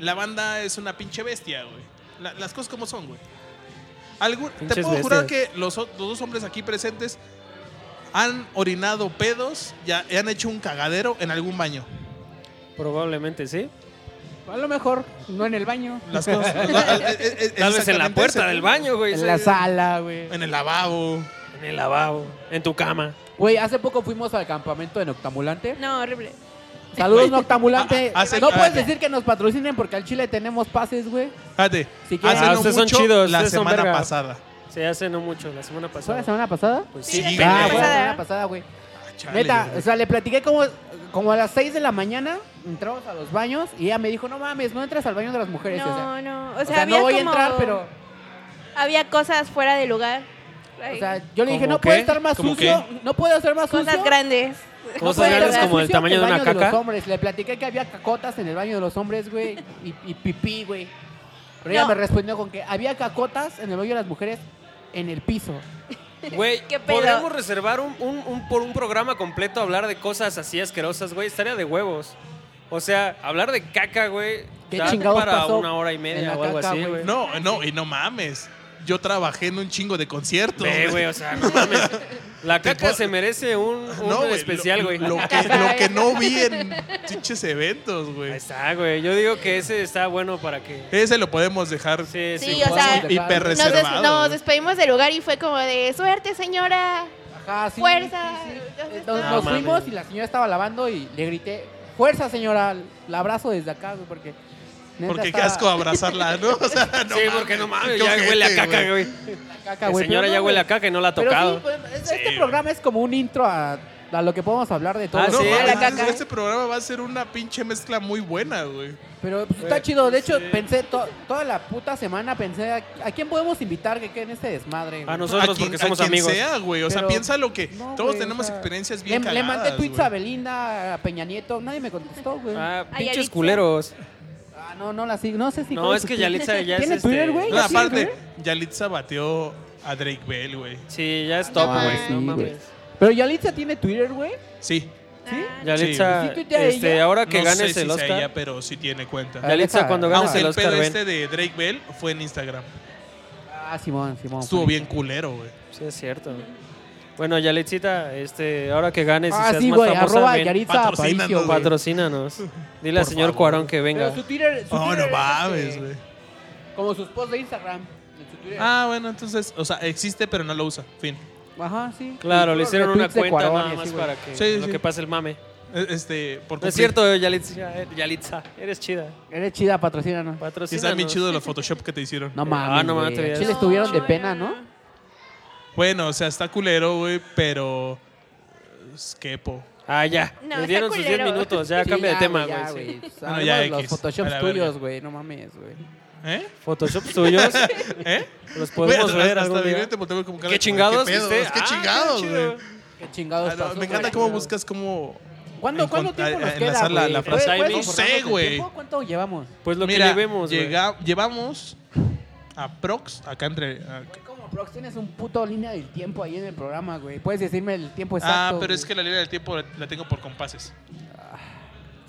la banda es una pinche bestia, güey. La- las cosas como son, güey. Algún- te Pinches puedo jurar que bestias. los, o- los dos hombres aquí presentes han orinado pedos ya han hecho un cagadero en algún baño. Probablemente, sí. A lo mejor, no en el baño. Las cosas. la- la- es- es- Tal vez en la e, exactamente puerta ese, del baño, güey. En sí. la sala, güey. Pues, eh, En el lavabo. En el lavabo. En tu cama. Güey, hace poco fuimos al campamento de Noctamulante. No, horrible. Saludos, Güey, Noctamulante. a- a- hace- ah, no puedes a- decir que nos patrocinen porque al Chile tenemos pases, güey. Fíjate, Si quieren- hace Ah, no ustedes son mucho, chidos, la ustedes son semana verga. pasada. Se hace no mucho, la semana ¿Fue la pasada. semana pasada? Pues sí, Sí, la güey. Ah, semana fue la pasada. semana pasada, güey. Chale, Neta, güey. o sea, le platiqué como, como a las 6 de la mañana, entramos a los baños y ella me dijo, no mames, no entras al baño de las mujeres. o sea, No, no. O o sea, sea, había no voy como- a entrar, pero... Había cosas fuera de lugar. O Ay, sea, yo le dije, ¿Cómo no puede qué? estar más ¿Cómo sucio, qué? no puede ser más cosas sucio. grandes. Cosas no puede ser grandes más como el sucio que tamaño de el una baño los caca. hombres. Le platiqué que había cacotas en el baño de los hombres, güey, y, y pipí, güey. Pero ella No. me respondió con que había cacotas en el baño de las mujeres en el piso. Güey, ¿Qué pedo? podríamos reservar un, un- un- por un programa completo hablar de cosas así asquerosas, güey. Estaría de huevos. O sea, hablar de caca, güey. ¿Qué da chingados para pasó una hora y en media la o algo caca, así, güey? güey. No, no, y no mames. Yo trabajé en un chingo de conciertos. Ve, güey, o sea, no mames. La caca se merece un, un No, güey, especial, lo- güey. Lo, que, lo que no vi en pinches eventos, Ahí güey. está, güey. Yo digo que ese está bueno para que. Ese lo podemos dejar Sí, sí. Sí, o sea, hiper podemos dejar. nos, des- reservado. nos güey. despedimos del lugar y fue como de suerte, señora. Ajá, sí, Fuerza, sí, sí. entonces Entonces no. nos No mames. fuimos y la señora estaba lavando y le grité, Fuerza, señora. La abrazo desde acá, güey, porque. neta Porque qué estaba- asco abrazarla, ¿no? O sea, no sí, porque no mames, qué ya ojete, huele a caca, güey. caca, La güey, señora pero ya no, huele a güey. caca y no la ha Pero tocado. sí, pues, es- este programa es como un intro a, a lo que podemos hablar de todo. Ah, lo sí, que a va la hablando. caca. Este programa va a ser una pinche mezcla muy buena, güey. Pero pues, está chido. De hecho, pensé to- toda la puta semana pensé a, a quién podemos invitar que quede en este desmadre. güey? A nosotros a quien, porque a somos quien amigos. sea, güey. O sea, Pero- piensa lo que. No, todos güey, tenemos o sea, experiencias bien le, le cagadas, mandé tweets güey. a Belinda, a Peña Nieto, nadie me contestó, güey. Ah, Ah, Ay, pinches Alicia. culeros. no, no la sigo, no sé si No, cuál es su que Twitter. Yalitza ya es, ¿Tiene este, Twitter, güey? No, ¿Ya tiene aparte, Twitter? Yalitza bateó a Drake Bell, güey. Sí, ya es top, mames, güey. sí, No güey. mames. Pero Yalitza tiene Twitter, güey. Sí. ¿Sí? Ah, Sí, Yalitza, güey. ¿Sí tuitea este, ella? ahora que no ganes sé si el sea Oscar. ella, pero sí tiene cuenta. Ah, Yalitza, deja- cuando deja- ganes Aunque el el Oscar, pedo ven. este de Drake Bell fue en Instagram. Ah, Simón, Simón. Estuvo Juanito. bien culero, güey. Sí, es cierto. Bueno, Yalitzita, este, ahora que ganes y Ah, seas sí, más güey, famosa, arroba ven, Yaritza patrocínanos, Aparicio, güey. güey. patrocínanos. Dile al Por señor favor. Cuarón que venga. Pero su Twitter, su Oh, Twitter no es, mames, este, güey. Como sus posts de Instagram. en su Twitter. Ah, bueno, entonces, o sea, existe, pero no lo usa. Fin. Ajá, sí. Claro, le Puros hicieron una retweets de cuenta Cuarón y nada así, más güey. para que Sí, lo sí. que pase el mame. E- Este, por No es cumplir. cierto, Yalitza, Yalitza eres chida. Eres chida, patrocínanos. Sí, Patrocínanos. está bien chido los Photoshop que te hicieron. No Ah, mames, no no mames, te mames. veías- Chile estuvieron de No, pena, ya. ¿no? Bueno, o sea, está culero, güey, pero. Es quepo. Ah, ya. No, Le está dieron sus 10 culero. minutos, ya Sí, cambia de ya, tema, ya, güey. sí. Pues, Bueno, hablemos ya de los X, a la Photoshops verga. tuyos, güey, no mames, güey. ¿Eh? Photoshops tuyos, ¿Eh? los Güey, podemos hasta- ver hasta algún mi día. mente volteé como cara de, ¿Qué chingados? ¿Qué pedos? viste? ¿Qué Ah, chingados, chido. güey? Qué chingados. Ah, no, pasó, Me güey. encanta cómo buscas cómo. ¿Cuándo, ¿cuándo encontrar- tiempo nos queda, enlazar la- güey? la frase. ¿Puedes- frase. puedes No conformarnos sé, el güey. tiempo? ¿Cuánto llevamos? Pues lo Mira, que llevemos, güey. llega- llevamos a Prox acá entre. a- Güey, Como Prox, tienes un puto línea del tiempo ahí en el programa, güey. Puedes decirme el tiempo ah, exacto. pero es que güey. la línea del tiempo la- la tengo por compases.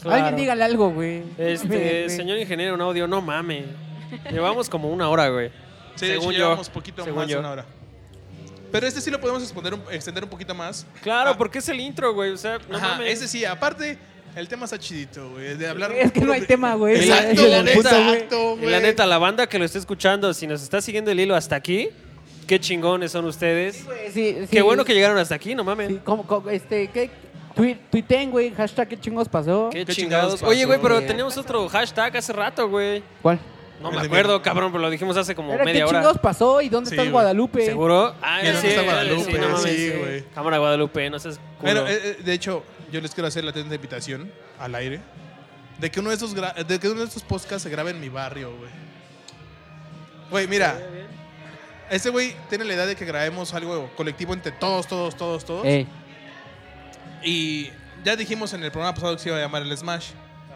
Alguien Claro. dígale algo, güey. Este, Güey, señor ingeniero en audio, no mame. Llevamos como una hora, güey. Sí, de hecho, Según yo. llevamos poquito Según más de yo. una hora. Pero este sí lo podemos exponer un- extender un poquito más. Claro, Ah, porque es el intro, güey. O sea, no ajá, mames. Este sí, aparte, el tema está chidito, güey. De hablar. güey. Es que no hay tema, güey. Exacto, Y la la neta, neta, güey. exacto, Y güey. la neta, la banda que lo esté escuchando, si nos está siguiendo el hilo hasta aquí, qué chingones son ustedes. Güey, sí, sí. Qué bueno que llegaron hasta aquí, no mames. Sí, como, como, este, ¿qué? Tui- Tuiteen, güey, hashtag qué chingos pasó. Qué, ¿Qué chingados. chingados pasó, Oye, güey, pero güey? teníamos otro hashtag hace rato, güey. ¿Cuál? No El me de acuerdo, mi- cabrón, pero lo dijimos hace como Era qué media hora. chingos pasó y dónde Sí, estás güey. Guadalupe. ¿Seguro? Ah, Mira, sí, ¿dónde está sí, Guadalupe? sí, no mames, Sí, sí. güey. Cámara Guadalupe, no seas culo. Bueno, eh, eh, de hecho, yo les quiero hacer la atenta invitación al aire de que uno de esos, gra- de que uno de estos podcasts se grabe en mi barrio, güey. Güey, mira, este güey tiene la idea de que grabemos algo colectivo entre todos, todos, todos, todos. Ey. Y ya dijimos en el programa pasado que se iba a llamar el Smash.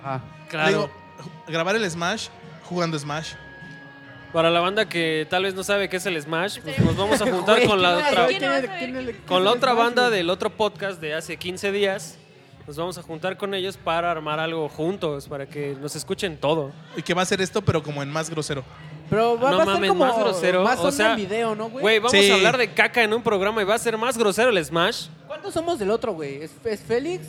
Ajá. claro. Digo, ju- grabar el Smash jugando Smash. Para la banda que tal vez no sabe qué es el Smash, pues nos vamos a juntar Güey, con la ¿quién otra, es- quién es- quién es- con la quién es otra más, banda güey? del otro podcast de hace 15 días. Nos vamos a juntar con ellos para armar algo juntos, para que nos escuchen todo. Y que va a ser esto, pero como en más grosero. Pero va, no va a ser mames, como más grosero. más o onda sea, en video, ¿no, güey? Güey, vamos Sí. a hablar de caca en un programa y va a ser más grosero el Smash. ¿Cuántos somos del otro, güey? ¿Es, es Félix,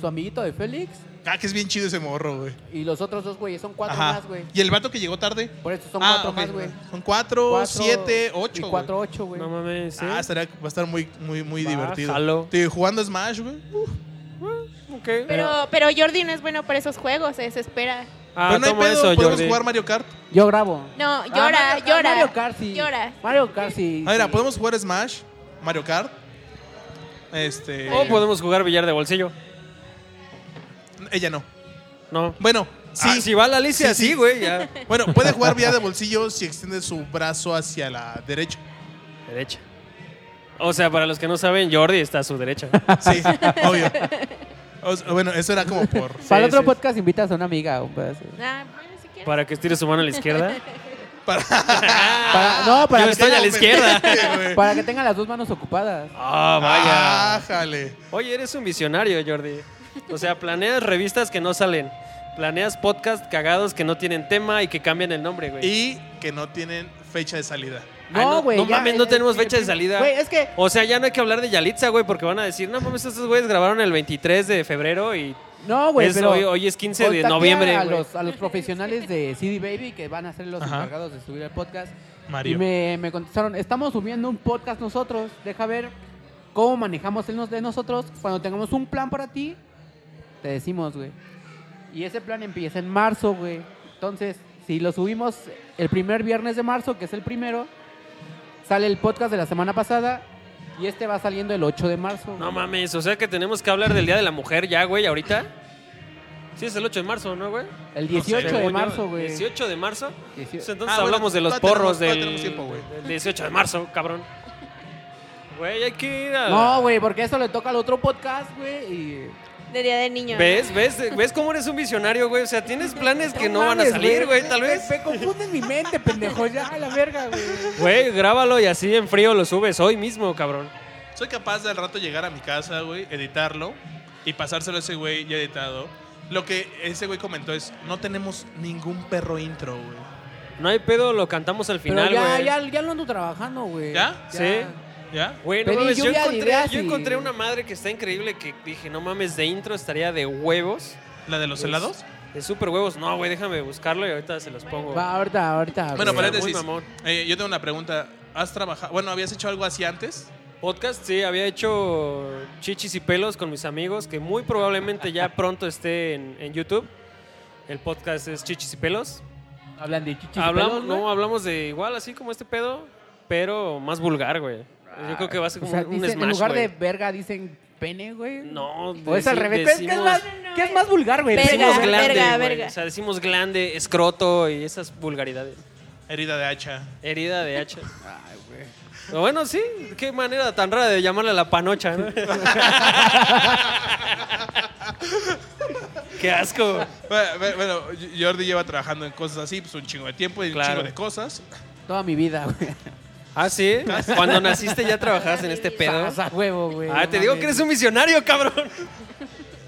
su amiguito de Félix, Ah, que es bien chido ese morro, güey. y los otros dos, güey. Son cuatro Ajá. más, güey. Y el vato que llegó tarde. Por eso son Ah, cuatro ok. más, güey. Son Oh, cuatro, Cuatro- siete, ocho. Y güey. cuatro, ocho, güey. No mames. ¿eh? ¿sí? Ah, estaría, va a estar muy, muy, muy divertido. Bájalo. Te- jugando Smash, güey. Uh, Ok. Pero, pero Jordi no es bueno para esos juegos, se desespera. Ah, pero Pues no hay toma pedo, eso, podemos Jordi. jugar Mario Kart. Yo grabo. No, Ah, llora, Mario Kart- llora. Mario Kart, sí. Llora. Mario Kart, sí. Ah, mira, sí. podemos jugar Smash, Mario Kart. Este. O podemos jugar billar de bolsillo. Ella no. No. Bueno, sí. Ah, Sí, Ah, si va la Alicia, Sí, sí. sí, güey, ya. Bueno, puede jugar vía de bolsillo si extiende su brazo hacia la derecha. Derecha. O sea, para los que no saben, Jordi está a su derecha. Sí, obvio. O sea, bueno, eso era como por. Para el Sí, otro sí. podcast invitas a una amiga. o puede ser. Ah, bueno, si quieres. Para que estire su mano a la izquierda. Para- no, para Yo que, estoy tenga- a la izquierda. para que tengan las dos manos ocupadas. Ah, vaya. Bájale. Oye, eres un visionario, Jordi. O sea, planeas revistas que no salen. Planeas podcast cagados que no tienen tema y que cambian el nombre, güey. Y que no tienen fecha de salida. Ah, No, güey. No ya, mames, no eh, tenemos eh, fecha de salida. Güey, es que O sea, ya no hay que hablar de Yalitza, güey, porque van a decir, no mames, estos güeyes grabaron el 23 de febrero y No, güey, Es pero hoy- hoy es 15 de contacté noviembre, A güey. los, a los profesionales de CD Baby que van a ser los Ajá. encargados de subir el podcast. Y Mario. me, me contestaron, estamos subiendo un podcast nosotros. Deja ver cómo manejamos el nos- de nosotros. Cuando tengamos un plan para ti, te decimos, güey. Y ese plan empieza en marzo, güey. Entonces, si lo subimos el primer viernes de marzo, que es el primero, sale el podcast de la semana pasada y este va saliendo el 8 de marzo. No güey. mames, o sea que tenemos que hablar del Día de la Mujer ya, güey, ahorita. Sí, es el 8 de marzo, ¿no, güey? El 18 Según de yo, marzo, güey. 18 de marzo. Pues Diecio- entonces Ah, bueno, hablamos de los todavía porros tenemos- del, todavía tenemos tiempo, del 18 de marzo, cabrón. Güey, hay que ir a... No, güey, porque eso le toca al otro podcast, güey. Y... De Día del Niño. ¿Ves? ¿Ves? ¿Ves cómo eres un visionario, güey? O sea, tienes planes que no van a mames, salir, güey, tal vez. Me, me confunde mi mente, pendejo. Ya, a la verga, güey. Güey, grábalo y así en frío lo subes hoy mismo, cabrón. Soy capaz de al rato llegar a mi casa, güey, editarlo y pasárselo a ese güey ya editado. Lo que ese güey comentó es, no tenemos ningún perro intro, güey. No hay pedo, lo cantamos al Pero final, ya, güey. ya, ya lo ando trabajando, güey. ¿Ya? Sí. ¿Ya? Güey, no Pedí mames, yo lluvia de encontré, ideas yo y- encontré una madre que está increíble que dije, no mames, de intro estaría de huevos. ¿La de los helados? De super huevos. No, güey, déjame buscarlo y ahorita se los pongo. Va, ahorita, ahorita. Está Bueno, güey. muy paréntesis. mamón. Eh, yo tengo una pregunta. ¿Has trabajado? Bueno, ¿habías hecho algo así antes? Podcast, sí, había hecho chichis y pelos con mis amigos, que muy probablemente ya pronto esté en, en YouTube. El podcast es Chichis y Pelos. Hablan de chichis. y hablamos, pedos, güey. no, hablamos de igual, así como este pedo, pero más vulgar, güey. Yo creo que va a ser O como sea, un, un dicen- smash, en lugar de güey. verga dicen pene, güey. No, O es al deci- revés. ¿Qué es- ¿Qué es decimos- más, qué es más vulgar, güey? Verga, Decimos Decimos, glande, verga, güey. verga. O sea, decimos glande, escroto y esas vulgaridades. Herida de hacha. Herida de hacha. Ay, güey. Bueno, sí, qué manera tan rara de llamarle a la panocha, ¿no? qué asco. Bueno, bueno, bueno, Jordi lleva trabajando en cosas así, pues un chingo de tiempo y Claro. un chingo de cosas. Toda mi vida, güey. Ah, sí. Cuando naciste ya trabajabas en este pedo. Pasa huevo, güey. Ah, no te digo mames. que eres un misionario, cabrón.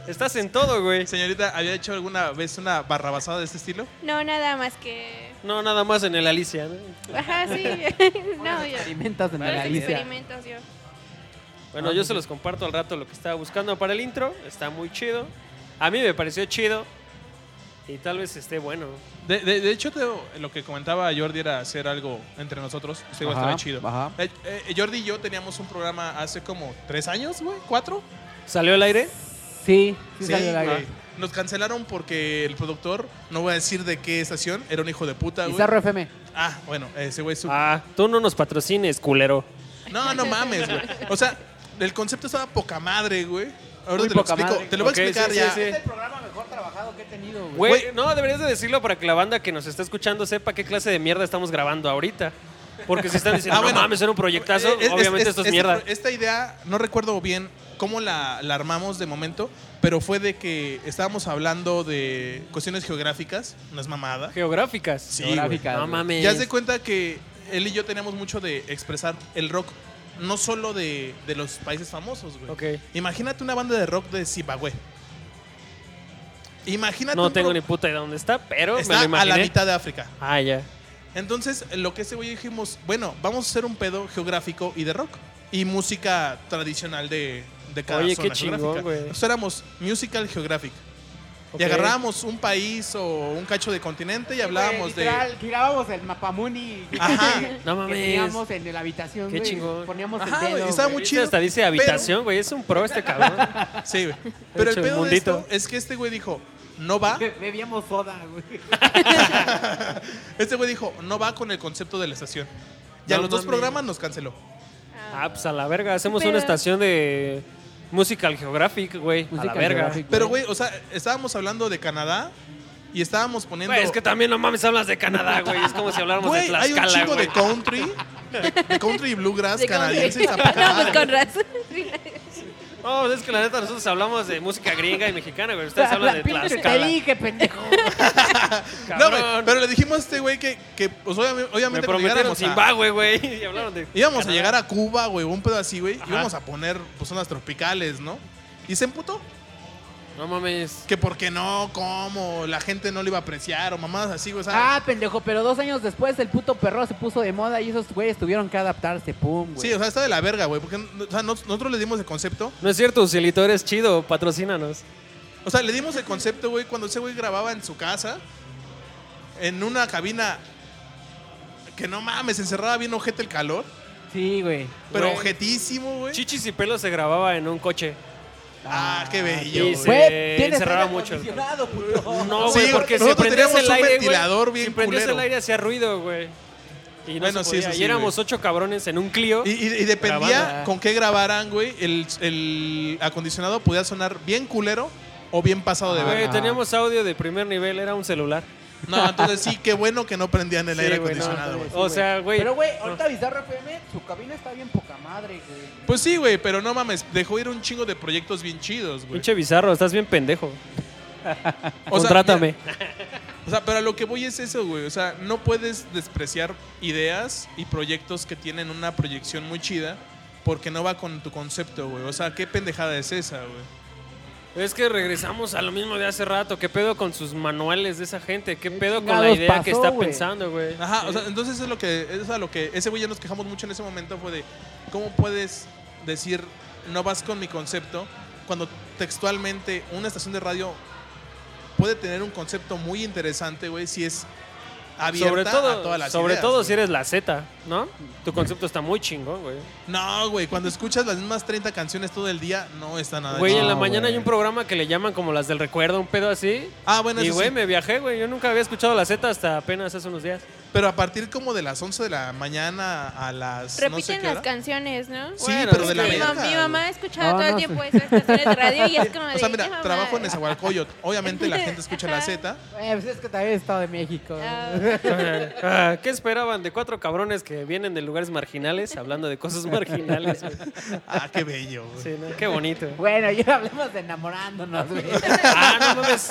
Estás en todo, güey. Señorita, ¿había hecho alguna vez una barrabasada de este estilo? No, nada más que. No, nada más en el Alicia, ¿no? Ajá, sí. no, yo. Experimentas en Puros la Alicia. experimentos yo. Ah, Bueno, yo se los comparto al rato lo que estaba buscando para el intro. Está muy chido. A mí me pareció chido. Y tal vez esté bueno. De, de- de hecho, te- lo que comentaba Jordi era hacer algo entre nosotros. Eso igual Ajá, estaba chido. ajá. Eh, eh, Jordi y yo teníamos un programa hace como tres años, güey, cuatro. ¿Salió al aire? Sí, sí, salió la güey. Nos cancelaron porque el productor, no voy a decir de qué estación, era un hijo de puta, güey. Pizarro FM. Ah, bueno, ese güey es un- Ah, tú no nos patrocines, culero. No, no mames, güey. O sea, el concepto estaba poca madre, güey. Ahora Muy te lo poca explico. madre. Te lo voy Ok, a explicar sí, ya. sí, sí. programa mejor trabajado que he tenido, Güey, no, deberías de decirlo para que la banda que nos está escuchando sepa qué clase de mierda estamos grabando ahorita. Porque si están diciendo, Ah, no bueno. mames, era un proyectazo, Eh, es- obviamente es- esto es este mierda. pro- Esta idea, no recuerdo bien cómo la, la armamos de momento, pero fue de que estábamos hablando de cuestiones geográficas, no es mamada. Geográficas. Sí, Geográficas, No güey. mames. Ya se cuenta que él y yo teníamos mucho de expresar el rock, no solo de, de los países famosos, güey. Ok. Imagínate una banda de rock de Zimbabue. Imagínate. No un tengo pro- ni puta idea de dónde está, pero me Está lo a imaginé. la mitad de África. Ah, ya. Entonces, lo que ese güey dijimos, bueno, vamos a hacer un pedo geográfico y de rock. Y música tradicional de, de cada Oye, zona qué chingón, geográfica. güey. Nosotros éramos musical geographic. Ok. Y agarrábamos un país o un cacho de continente y hablábamos de... Girábamos el mapamuni. No Ajá. Que mames. teníamos en la habitación, Qué güey. chingón. Poníamos Ajá, el güey, dedo, estaba güey. muy Este chido, hasta dice pero- habitación, güey. Es un pro este cabrón. Sí, güey. Pero el Hecho, pedo de mundito. esto es que este güey dijo, no va. Bebíamos soda, güey. Pues Este güey dijo, no va con el concepto de la estación. Ya No los dos mames. programas nos canceló. Ah. Ah, pues a la verga. Hacemos Pero- una estación de Musical Geographic, güey. A la Musical verga. Geographic. Pero, güey, o sea, estábamos hablando de Canadá y estábamos poniendo... Güey, es que también no mames hablas de Canadá, güey. Es como si habláramos de Güey, hay un Tlaxcala, chingo güey. de country, de, de country y bluegrass De cómo- canadienses. a pues poca No, pues madre. con razón. Sí, No, pues es que la neta nosotros hablamos de música griega y mexicana, güey. Ustedes hablan de Pinche Tlaxcala. Te dije, pendejo. No, Cabrón. güey, pero le dijimos a este güey que, que, pues, obviamente, Me obviamente cuando prometieron llegáramos a- Zimbabue, güey. Y hablaron de. íbamos a Canadá. llegar a Cuba, güey, un pedo así, güey, Ajá. íbamos a poner pues, zonas tropicales, ¿no? Y se emputó. No mames. Que por qué no, cómo, la gente no lo iba a apreciar o mamadas así, güey. o sea, ah, pendejo, pero dos años después el puto perro se puso de moda y esos güeyes tuvieron que adaptarse, pum, güey. sí, o sea, está de la verga, güey. Porque o sea, nos- nosotros le dimos el concepto. No es cierto, Usilito, eres chido. Patrocínanos. O sea, le dimos el concepto, güey, cuando ese güey grababa en su casa, en una cabina que no mames, encerraba bien ojete el calor. Sí, güey. Pero Güey. objetísimo, güey. Chichis y pelo se grababa en un coche. Ah, qué bello. Y güey. se- Güey, encerraba aire mucho. acondicionado, puto. No, Sí, güey, porque si nosotros prendías teníamos el un aire. güey, ventilador bien Si prendías el culero. aire hacía ruido, güey. Y no se Bueno, sí, podía. eso y sí, éramos güey. ocho cabrones en un Clio. Y, y- y dependía Grabando. con qué grabaran, güey. El, el acondicionado podía sonar bien culero o bien pasado de Güey, verga. Ah. teníamos audio de primer nivel, era un celular. No, entonces sí, qué bueno que no prendían el Sí, aire güey, no, acondicionado, no, güey. O sea, güey. Pero, güey, ahorita Bizarra FM, su cabina está bien poca madre, güey. Pues sí, güey, pero no mames, dejó ir un chingo de proyectos bien chidos, güey. Pinche bizarro, estás bien pendejo. O sea, Contrátame. O sea, pero a lo que voy es eso, güey. O sea, no puedes despreciar ideas y proyectos que tienen una proyección muy chida porque no va con tu concepto, güey. O sea, qué pendejada es esa, güey. Es que regresamos a lo mismo de hace rato. ¿Qué pedo con sus manuales de esa gente? ¿Qué pedo con la chingados idea que pasó, está güey? pensando, güey? Ajá, o sea, entonces es lo que, es a lo que ese güey ya nos quejamos mucho en ese momento fue de cómo puedes decir no vas con mi concepto cuando textualmente una estación de radio puede tener un concepto muy interesante, güey, si es abierta Sobre todo, a todas las sobre ideas, todo güey. si eres la Z, ¿no? Tu concepto está muy chingón, güey. No, güey, cuando escuchas las mismas 30 canciones todo el día Ah, no está nada Güey, chido. en la No, mañana güey. hay un programa que le llaman como las del recuerdo, un pedo así. Ah, bueno, y eso güey, sí. me viajé, güey. Yo nunca había escuchado la Z hasta apenas hace unos días. Pero a partir como de las 11 de la mañana a las Repiten no sé qué las hora. canciones, ¿no? Ah, Sí, Bueno, pero es de la que mi, verga, mam- mi mamá güey. escuchaba No, todo el no, tiempo esas estaciones de radio y es como de. O sea, "Ya, mira, mamá". trabajo en Esahualcoyot. Obviamente la gente escucha la Ajá. Z. Güey, pues es que también he estado de México. Ah, Ah, ¿Qué esperaban de cuatro cabrones que vienen de lugares marginales hablando de cosas marginales? güey? Ah, qué bello, güey. Sí, ¿no? Qué bonito. Bueno, ya hablemos de enamorándonos, güey. Ah, no mames.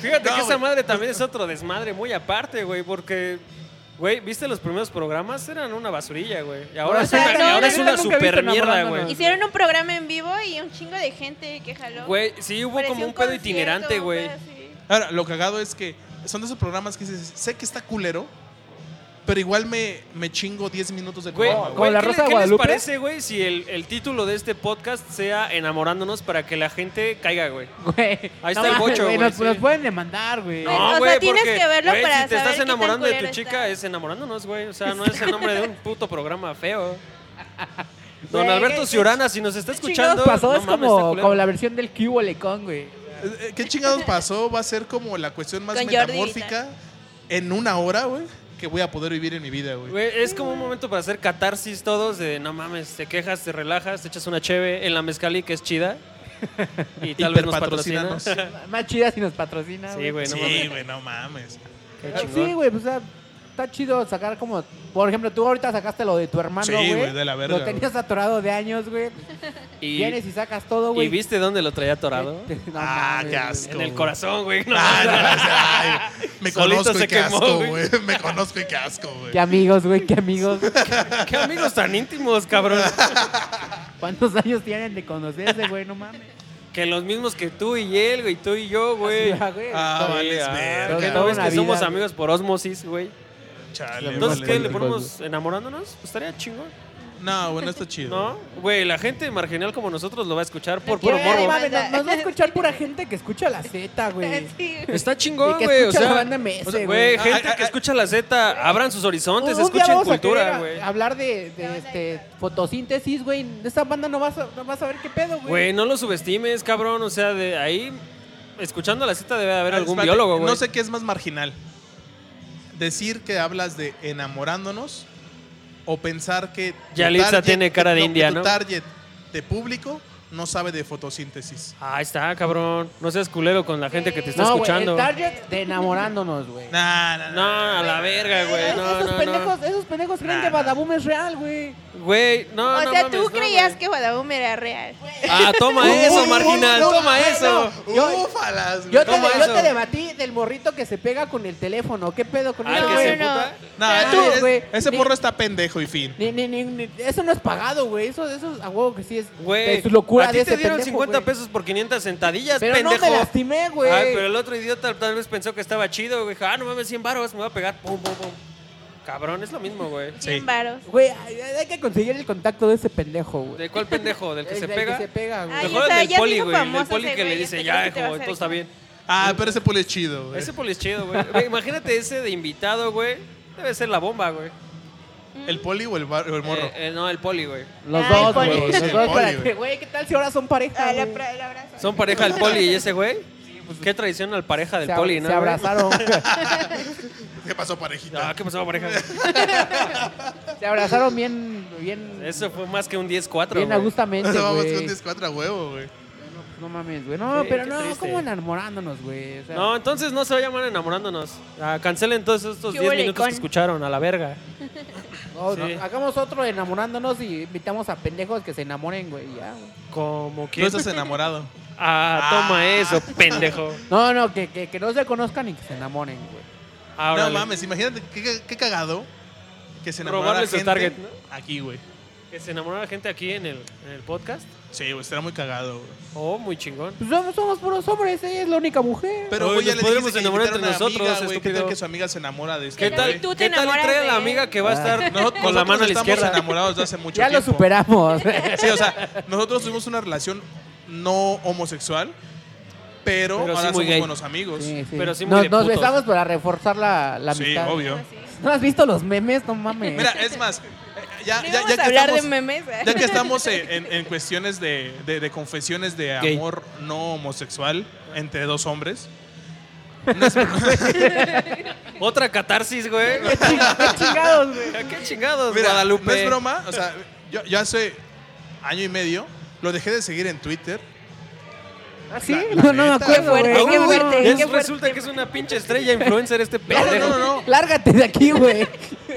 Fíjate No, que esa güey. madre también es otro desmadre muy aparte, güey, porque. Güey, ¿viste los primeros programas? Eran una basurilla, güey. Y ahora O es sea, una, y no, ahora la es neta una nunca he visto super mierda, enamorándonos. güey. Hicieron un programa en vivo y un chingo de gente que jaló. Güey, sí hubo Parecía como un pedo concierto, pues. itinerante, un güey. pedo así. Ahora, lo cagado es que son de esos programas que dices, sé que está culero, pero igual me, me chingo 10 minutos de Güey, programa. ¿Como güey, la ¿qué, Rosa de qué les Guadalupe? parece, güey, si el, el título de este podcast sea Enamorándonos para que la gente caiga, güey? Güey, Ahí no está el mames, bocho, güey, Nos, sí. nos pueden demandar, güey. No, o sea, tienes que verlo güey, para si te saber estás qué tan enamorando de tu culero chica, está. es enamorándonos, güey. O sea, no es el nombre de un puto programa feo. Don Güey, Alberto ¿qué- Ciurana, si nos está ¿Qué chingados escuchando. pasó? no es mames, está como, culero. como la versión del Cubo Lecón, güey. Eh, eh, ¿Qué chingados pasó? Va a ser como la cuestión más Con Jordi metamórfica en una hora, güey, que voy a poder vivir en mi vida, güey. Güey, es como un momento para hacer catarsis todos de no mames, te quejas, te relajas, te echas una cheve en la mezcali que es chida. Y tal vez nos patrocinan. Hiperpatrocínanos. sí, Más chida si nos patrocina, güey. güey, no Sí, mames. güey, no mames. Qué Ah, chingón. Sí, güey, pues, o sea, está chido sacar como... Por ejemplo, tú ahorita sacaste lo de tu hermano, Sí, güey. güey, de la verga, Lo tenías atorado de años, güey. Y, Vienes y sacas todo, ¿y güey. viste dónde lo traía atorado? No Ah, qué mames, güey. asco. En el corazón, güey. No, Ay, no, mames. ay, me Solito conozco se y qué quemó, asco, güey. güey. Me conozco y qué asco, güey. Qué amigos, güey, qué amigos. Qué amigos tan íntimos, cabrón. ¿Cuántos años tienen de conocerse, güey? No mames. que los mismos que tú y él, güey, tú y yo, güey. Así, ah, güey. Ah, Sí, vales ah, verga. que no ves Toda que una somos vida. amigos por osmosis, güey. Chale, Entonces, vale. ¿qué? ¿Le políticos, ponemos enamorándonos? Pues estaría chingón. No, bueno, está chido. ¿No? Güey, la gente marginal como nosotros lo va a escuchar por Güey, puro morbo. mames, nos, nos va a escuchar pura gente que escucha la Z, güey. Sí, güey. Está Y chingón, que güey. O escucha sea, la banda MS, o sea, güey. güey, Ah, gente que escucha la Z, abran sus horizontes, Un- un día escuchen vamos a querer cultura, a- güey. Hablar de, de, este, fotosíntesis, güey. Esa banda no va a, sa- no va a saber qué pedo, Güey, güey. no lo subestimes, cabrón. O sea, de ahí, escuchando la Z debe haber Ah, algún espérate, biólogo, güey. No sé qué es más marginal. Decir que hablas de enamorándonos o pensar que. tu Yalitza tiene cara de que- india, que tu ¿no? target de público no sabe de fotosíntesis. Ahí está, cabrón. No seas culero con la gente que te está No, güey, escuchando. el target de enamorándonos, güey. Nah, nah, nah. No, a la verga, güey. No, esos, no, no. pendejos, esos pendejos creen Nah, que nah. Badaboom es real, güey. Güey, no, o no sea, mames, tú no, creías güey. que Guadalume era real. Ah, toma Uy, eso, uy, marginal, uy, no, toma no, eso. no. Yo- Ufalas, güey. Yo te, ¿Cómo yo eso? te debatí del morrito que se pega con el teléfono. ¿Qué pedo con Ah, eso, que güey? se emputa. Nah, Pero eh, tú, es- güey, ese ni- porro está pendejo y fin. Ni- ni- ni- ni- eso no es pagado, güey. Eso, eso es a huevo que sí es, Güey, es a locura de ti ese te dieron pendejo, 50 güey. pesos por 500 sentadillas, Pero pendejo. no me lastimé, güey. Ay, pero el otro idiota tal vez pensó que estaba chido, güey. Dijo, Ah, no mames, 100 baros, me voy a pegar. Pum, pum, pum. Cabrón, es lo mismo, güey. 100 varos. Güey, hay, hay que conseguir el contacto de ese pendejo, güey. ¿De cuál pendejo? ¿Del que El- se del pega? Que se pega, güey. Ay, Mejor o el sea, del ya se poli, hizo güey. El del famoso poli ese que le güey, ya dice, sé ya, que te hijo, vas a todo está dedicar". bien. Ah, pero ese poli es chido, güey. Ese poli es chido, güey. Güey, Imagínate ese de invitado, güey. Debe ser la bomba, güey. ¿El poli o el, bar- o el morro? Eh, eh, no, el poli, güey. Los Ay, dos, poli. güey. Sí, Los dos, poli, espérate, güey. güey. ¿Qué tal si ahora son pareja? Ah, la güey? pra- el abrazo. Son pareja el poli y ese güey. Qué traición al pareja del Se ab- poli, ¿no? güey? Se abrazaron. ¿Qué pasó, Ah, parejita? ¿qué pasó, pareja? se abrazaron bien. Bien, Eso fue más que un 10-4. bien güey. agustamente, Vamos güey. con 10-4 a huevo, güey. No mames, güey. No, Sí, pero qué no, triste. ¿cómo enamorándonos, güey? O sea, No, entonces no se vayan mal enamorándonos. Ah, cancelen todos estos ¿Qué 10 huele minutos con? que escucharon, a la verga. no, sí. no, hagamos otro enamorándonos y invitamos a pendejos que se enamoren, güey. ya, güey. Como ¿Quién quieres. estás enamorado? Ah, toma eso, pendejo. No, no, que, que, que no se conozcan y que se enamoren, güey. Ahora No mames, imagínate qué, qué cagado que se enamorara Robarle su gente target, ¿no? aquí, güey. Que se enamoró la gente aquí en el, en el podcast. Sí, güey, estará muy cagado, güey. Oh, muy chingón. Pues somos, somos puros hombres, ella es la única mujer. Pero, Oye, güey, ya nos le podremos dijiste que enamorar invitaron entre a una amiga, nosotros, güey. ¿Qué tal estúpido? que su amiga se enamora de este ¿Qué tal, güey? y tú te ¿qué tal y enamoras trae a de la él? amiga que va a estar Ah. Nosotros- con la nosotros mano a la estamos izquierda? enamorados de hace mucho ya lo tiempo. superamos. Sí, o sea, nosotros tuvimos una relación no homosexual, pero, Pero sí muy ahora somos gay. buenos amigos. Sí, sí. Pero sí muy de nos, nos putos. besamos para reforzar la, la Sí, amistad. obvio. ¿No has visto los memes? No mames. Mira, es más, eh, ya, ¿No ya, íbamos ya a que hablar estamos, de memes? ¿eh? ya que estamos en, en- en cuestiones de, de- de confesiones de Gay. amor no homosexual entre dos hombres, Otra catarsis, güey. Qué chingados, güey. ¿Qué chingados, Mira, Guadalupe? No es broma, o sea, yo, yo hace año y medio lo dejé de seguir en Twitter. ¿Ah, sí? La- la no, no me neta, acuerdo, güey. güey. Qué No, no, fuerte, no. qué Ya fuerte. resulta que es una pinche estrella influencer este No, no, pendejo. no, no. Lárgate de aquí, güey.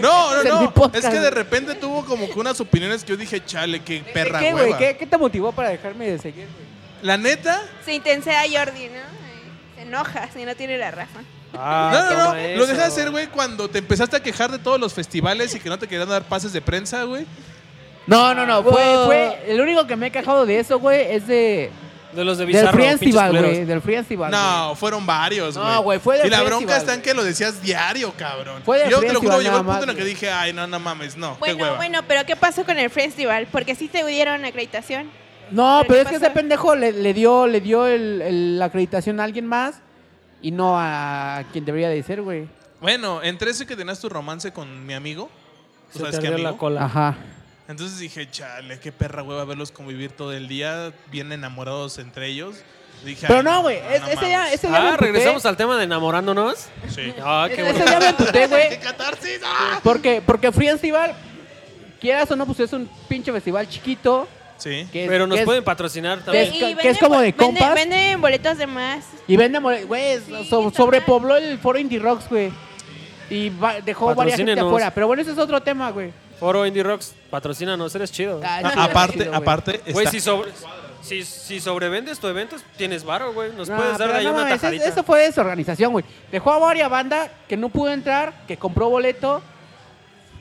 No, Es mi no, no. podcast, Es que de güey. repente tuvo como que unas opiniones que yo dije, chale, qué perra ¿Qué, güey? hueva. ¿Qué, qué te motivó para dejarme de seguir, güey? La neta, Se intensea Jordi, ¿no? Ay, Se enoja si no tiene la razón. Ah, no, no, no. toma Lo eso. dejé de hacer, güey, cuando te empezaste a quejar de todos los festivales y que no te querían dar pases de prensa, güey. No, no, no. Fue, Wow. fue, el único que me he cajado de eso, güey, es de, De los de del Bizarro, Free pinches Festival, culeros. güey. Del Free Festival. güey. No, fueron varios, güey. No, güey, fue del Y la bronca festival, está en güey. que lo decías diario, cabrón. Fue del yo te lo juro, festival llegó el nada punto en el más, que güey. dije, ay, no, no mames, no. qué Bueno, hueva. bueno, pero ¿qué pasó con el festival? Porque sí te dieron acreditación. No, ¿Pero pero qué es que pasó? ese pendejo le, le dio, le dio el, el- la acreditación a alguien más y no a quien debería de ser, güey. Bueno, entre eso y que tenías tu romance con mi amigo. ¿Tú Se sabes te qué ardió la amigo? cola. Ajá. Entonces dije, chale, qué perra hueva verlos convivir todo el día, bien enamorados entre ellos. Dije, Pero "Ay, no, güey. es- ese, mames". ya, ese ya me Ah, emputé. regresamos al tema de enamorándonos. Sí. Ah, qué Ese, bueno. ese ya me emputé, güey. ¡Qué catarsis! ¡Ah! Porque, porque Free Festival, quieras o no, pues es un pinche festival chiquito. Sí. Que es- Pero nos que es- pueden patrocinar Que es también. ca- que es como de venden- compas. Venden boletos de más. Y vende, mole- güey, so- está sobrepobló el foro Indie Rocks, güey. Y va- dejó varias gente Patrocínenos. afuera. Pero bueno, ese es otro tema, güey. Foro Indie Rocks, patrocínanos, eres chido. Ah, A- ese es aparte, chido, güey. aparte, está- Güey, si, sobre- si, si sobrevendes tu evento, tienes varo, güey. Nos No, puedes dar pero ahí no una mames, es- tajadita. Eso fue desorganización, güey. Dejó a varias banda que no pudo entrar, que compró boleto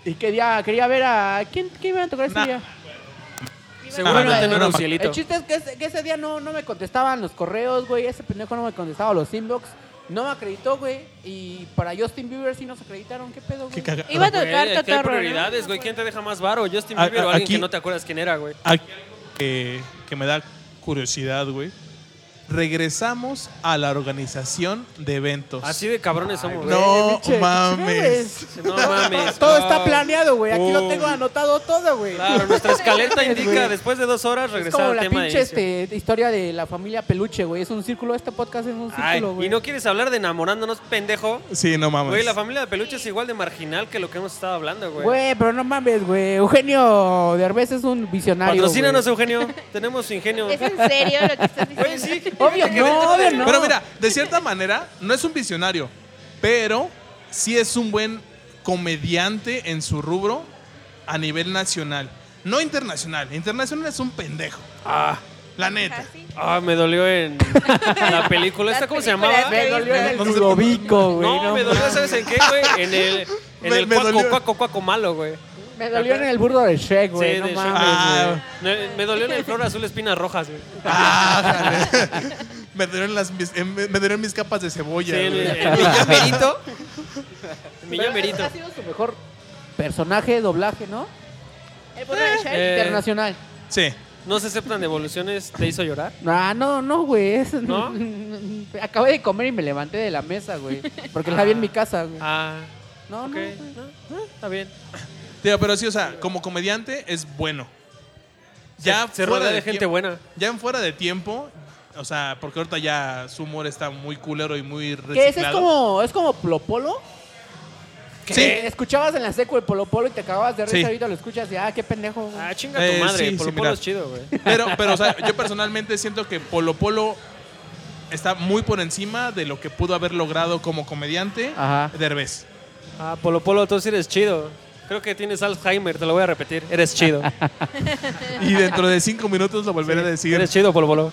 y quería, quería ver a. ¿Quién, quién iba a tocar ese Nah. día? Seguramente Bueno, no eh, era un no, cielito. El chiste es que ese, que ese día no, no me contestaban los correos, güey. Ese pendejo no me contestaba los inbox. No me acreditó, güey. Y para Justin Bieber sí nos acreditaron. ¿Qué pedo, qué güey? cagado. Iba a Güey, tocar aquí hay Totorro. ¿no? prioridades, güey. ¿Quién te deja más varo? Justin A- Bieber o a- alguien aquí- que no te acuerdas quién era, güey. Aquí, eh, que me da curiosidad, güey. Regresamos a la organización de eventos. Así de cabrones somos, güey. no Pinche- mames. No mames. Todo no. está planeado, güey. Aquí Uy. lo tengo anotado todo, güey. Claro, nuestra escaleta indica güey. después de dos horas Es regresar como al la tema de pinche inicio. este, historia de la familia Peluche, güey. Es un círculo, este podcast es un Ay, círculo, güey. y no quieres hablar de enamorándonos, pendejo. Sí, no mames. Güey, la familia de peluche es igual de marginal que lo que hemos estado hablando, güey. Güey, pero no mames, güey. Eugenio Derbez es un visionario. Patrocínanos, güey. Eugenio. Tenemos ingenio. ¿Es en serio lo que estás diciendo? Güey, sí. Obvio, no, obvio, no. Pero mira, de cierta manera, no es un visionario, pero sí es un buen comediante en su rubro a nivel nacional. No internacional. Internacional es un pendejo. Ah, La Ah, neta. sí. ah, me dolió en la película. ¿Esta Las cómo se películas llamaba? Me dolió en el No sé cómo- Ludovico, güey. No, me dolió, mames. ¿sabes en qué, güey? En el, en Me- el me cuaco, dolió. cuaco, cuaco malo, güey. Me dolió en el burdo de Shrek, güey. Sí, no de- mames, Ah, güey. Me, me dolió en el flor azul espinas rojas, güey. Ah, jale. me, dieron las, mis, eh, me, me dieron mis capas de Sí, cebolla. en güey. el- en mi llamerito. En mi llamerito. Ha sido su mejor personaje, doblaje, ¿no? El burro de Shrek. Eh. Internacional. Sí. ¿No se aceptan devoluciones? ¿Te hizo llorar? Ah, no, no, güey. es- ¿No? Acabé de comer y me levanté de la mesa, güey. Porque la vi en mi casa, güey. Ah, no, ok. no, güey. No, ah, está bien. Tío, pero sí, o sea, como comediante es bueno. Ya se fuera rodea de gente tiempo- buena. Ya en fuera de tiempo, o sea, porque ahorita ya su humor está muy culero y muy reciclado. Que ese es como, es como Polo Polo. Que Sí. Escuchabas en la secu el Polo Polo y te acababas de risa Sí. ahorita lo escuchas y ah, qué pendejo. güey. Ah, chinga tu Eh, madre. sí, por lo similar. menos es chido, güey. Pero, pero, o sea, yo personalmente siento que Polo Polo está muy por encima de lo que pudo haber logrado como comediante Ajá. Derbez. Ah, Polo Polo, tú sí eres chido. Creo que tienes Alzheimer, te lo voy a repetir. Eres chido. Y dentro de cinco minutos lo volveré a decir. Eres chido, Polo Polo.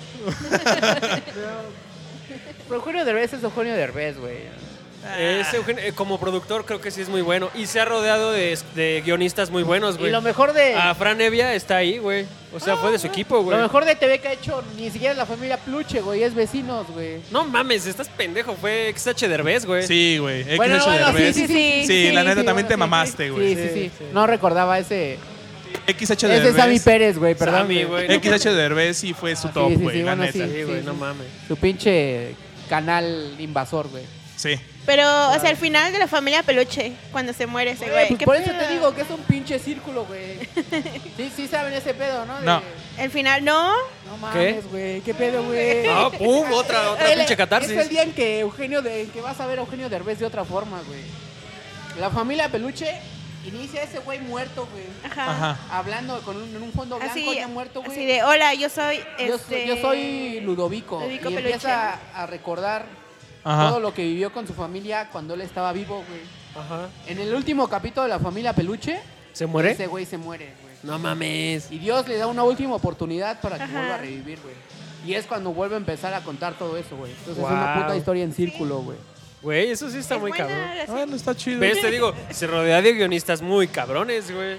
Pero Eugenio Derbez es Eugenio Derbez, güey. Ah. Es Eugenio- eh, como productor creo que sí es muy bueno. Y se ha rodeado de, de guionistas muy buenos, Y güey. lo mejor de Ah, Fran Evia está ahí, güey. O sea, fue de su equipo, güey. lo mejor de TV que ha hecho ni siquiera es la familia Pluche, güey, es vecinos, güey. No mames, estás pendejo. Fue XH Derbez, güey. Sí, güey. He Bueno, hecho bueno, sí, Derbez. sí, sí, Sí, la neta, también te sí, mamaste, güey. Sí, sí, sí, Sí, sí. No recordaba ese. XH Ese Derbez. es Sammy Pérez, güey, perdón. Sammy, güey. XH Derbez sí fue su Ah, top, sí, sí, güey, sí, la bueno, neta. Sí, güey, sí, no sí. mames. Su pinche canal invasor, güey. Sí. Pero, o sea, al final de la familia peluche, cuando se muere ese Güey, güey. pues ¿qué por eso pedo? te digo que es un pinche círculo, güey. Sí, sí saben ese pedo, ¿no? De- No. El final, no. No mames, güey. ¿Qué pedo, güey? Ah, pum, otra, otra El- pinche Es el catarsis. día en que Eugenio de, en que vas a ver a Eugenio Derbez de otra forma, güey. La familia Peluche inicia ese güey muerto, güey. Ajá. Ajá. Hablando con un, en un fondo blanco Así, ya muerto, güey. así de, hola, yo soy. yo, soy- este, yo soy Ludovico. Ludovico y Peluche. empieza a, a recordar Ajá. todo lo que vivió con su familia cuando él estaba vivo, güey. Ajá. En el último capítulo de la familia Peluche, ¿Se muere? ese güey se muere, güey. No mames. Y Dios le da una última oportunidad para que Ajá. vuelva a revivir, güey. Y es cuando vuelve a empezar a contar todo eso, güey. Entonces es Guau. una puta historia en círculo, güey. Güey, eso sí está Es muy buena, cabrón. así. Ah, no está chido. ¿Ves? Te digo, se rodea de guionistas muy cabrones, güey.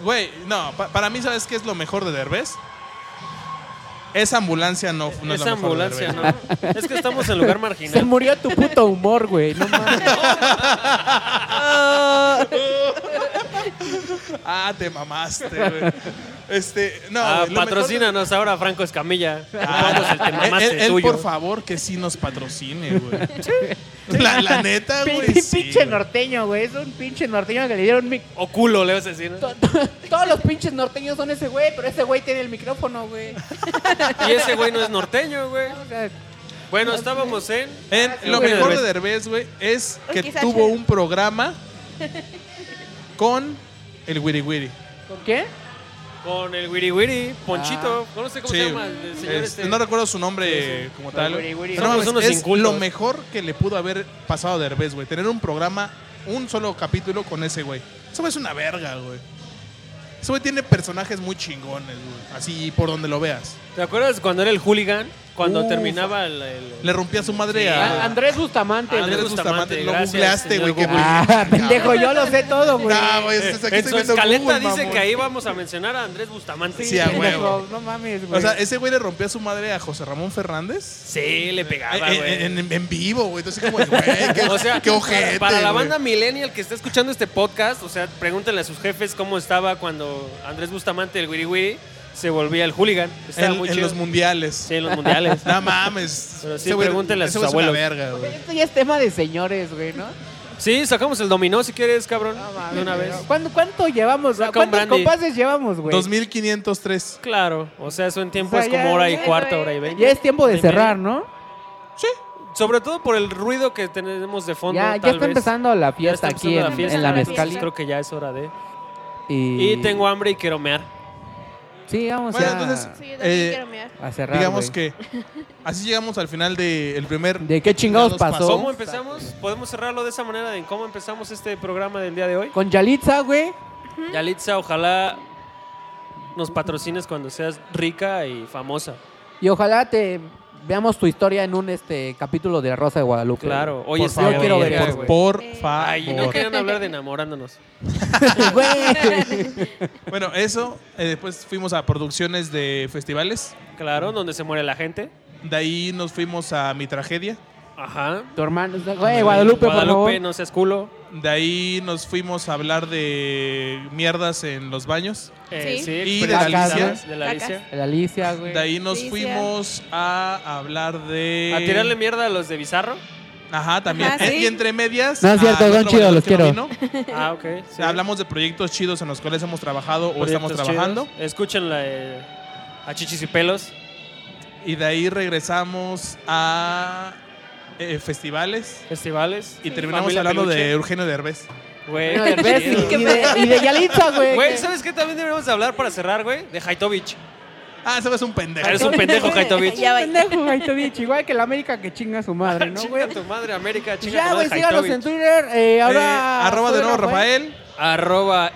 Güey, no, pa- para mí, ¿sabes qué es lo mejor de Derbez? Esa ambulancia no, no es Esa la mejor de ambulancia, Derbez. ¿no? es que estamos en lugar Se marginal. murió tu puto humor, güey. No mames. Ah, te mamaste, güey. Este, no. Ah, güey, lo patrocínanos ahora, Franco Escamilla. mejor- Ah, Ocupamos el te mamaste él, él, tuyo. por favor, que sí nos patrocine, güey. La, la neta, güey. Pinche- sí, pinche güey. norteño, güey. Es un pinche norteño que le dieron mic. O culo, le vas a decir. ¿no? to- to- Todos los pinches norteños son ese güey, pero ese güey tiene el micrófono, güey. Y ese güey no es norteño, güey. O sea, Bueno, estábamos en. En- Sí, lo güey, mejor de Derbez. Derbez, güey, es que Uy, quizá tuvo sí. un programa con el Wiri Wiri. ¿Con qué? Con el Wiri Wiri, Ponchito. No sé cómo Ah. Sí, se llama el señor es- este. no recuerdo su nombre como tal. Wiri Wiri. Pero no Somos mames, unos es incultos. lo mejor que le pudo haber pasado a Derbez, güey. Tener un programa, un solo capítulo con ese güey. Eso es una verga, güey. Ese güey tiene personajes muy chingones, güey. Así por donde lo veas. ¿Te acuerdas cuando era el hooligan? Cuando Ufa. terminaba el. el- Le rompía su madre Sí. A- a Andrés Bustamante. Andrés Andrés Bustamante. Bustamante, Lo gracias, googleaste, señor güey. qué Google. güey. Ah, pendejo, yo lo sé todo, güey. No, Ah, güey, es- es- aquí en estoy su viendo escaleta Google, dice mamón. que ahí vamos a mencionar a Andrés Bustamante. Sí, a Pendejo, huevo. No mames, güey. O sea, ese güey le rompió su madre a José Ramón Fernández. Sí, le pegaba, Eh, en, Ah, güey. en- en- en vivo, güey. Entonces, como, de, güey, qué, o sea, qué ojete. Para, para la güey. banda millennial que está escuchando este podcast, o sea, pregúntenle a sus jefes cómo estaba cuando Andrés Bustamante, el Wiri Wiri, se volvía el hooligan. Estaba En, muy en chido. los mundiales. Sí, en los mundiales. No mames. Pero sí, Ese güey- pregúntenle a ese sus güey es una abuelos. verga, güey. Esto ya es tema de señores, güey, ¿no? Sí, sacamos el dominó si quieres, cabrón. No de mames, una vez. pero ¿Cuánto, cuánto llevamos? Saca un ¿Cuántos brandy. compases llevamos, güey? 2503. Claro, o sea, eso en tiempo O sea, es como ya- hora y ya, cuarta, güey. hora y veinte. Ya es tiempo de Hora y media. cerrar, ¿no? Sobre todo por el ruido que tenemos de fondo. Ya, ya tal está vez. empezando la Ya fiesta está aquí empezando en, fiesta, en la entonces mezcali. Creo que ya es hora de. Y, Y tengo hambre y quiero mear. Sí, vamos Bueno, a, entonces, Sí, yo también Eh, quiero mirar. a cerrar. Digamos güey. que así llegamos al final del primer. ¿De qué Ya chingados nos pasó? pasó. ¿Cómo empezamos? ¿Podemos cerrarlo de esa manera? ¿En cómo empezamos este programa del día de hoy? Con Yalitza, güey. Yalitza, ojalá nos patrocines cuando seas rica y famosa. Y ojalá te veamos tu historia en un este capítulo de Rosa de Guadalupe. Claro, oye, güey. Por favor, estaría quiero ver verga, eso, güey. Por Eh, favor. Ay, no querían hablar de enamorándonos. güey. Bueno, eso. eh, después fuimos a producciones de festivales. Claro, donde se muere la gente. De ahí nos fuimos a Mi Tragedia. Ajá. tu hermano. Güey, Guadalupe, por favor. no seas culo. De ahí nos fuimos a hablar de mierdas en los baños. Eh, Sí. sí, Y de la experiencias Alicia. De la Alicia. La Alicia, güey. De ahí nos Sí, sí, fuimos a hablar de. Eh, A tirarle mierda a los de Bizarro. Ajá, también. Ajá, sí. Y entre medias. No es cierto, al son otro chidos, valedor los que no quiero. vino, Ah, ok. sí. Hablamos de proyectos chidos en los cuales hemos trabajado o estamos Proyectos trabajando. chidos. Escúchenla eh, a Chichis y Pelos. Y de ahí regresamos a eh, festivales. Festivales. Y terminamos Familia hablando de Peluche. Eugenio Derbez. Güey, Bueno, del Best chido. y, y de, y de Yalitza, güey. Güey, que- ¿sabes qué también deberíamos hablar para cerrar, güey? De Haitovich. Ah, ese es un pendejo. Eres un pendejo, Haitovich. Ya va. Pendejo, Gaitovich, igual que la América que chinga a su madre, ¿no, Chinga güey? tu madre, América. Pues Chinga Ya, tu güey, madre, síganos Haitovich. en Twitter. eh, Eh, ahora. arroba de soy nuevo Rafael. Arroba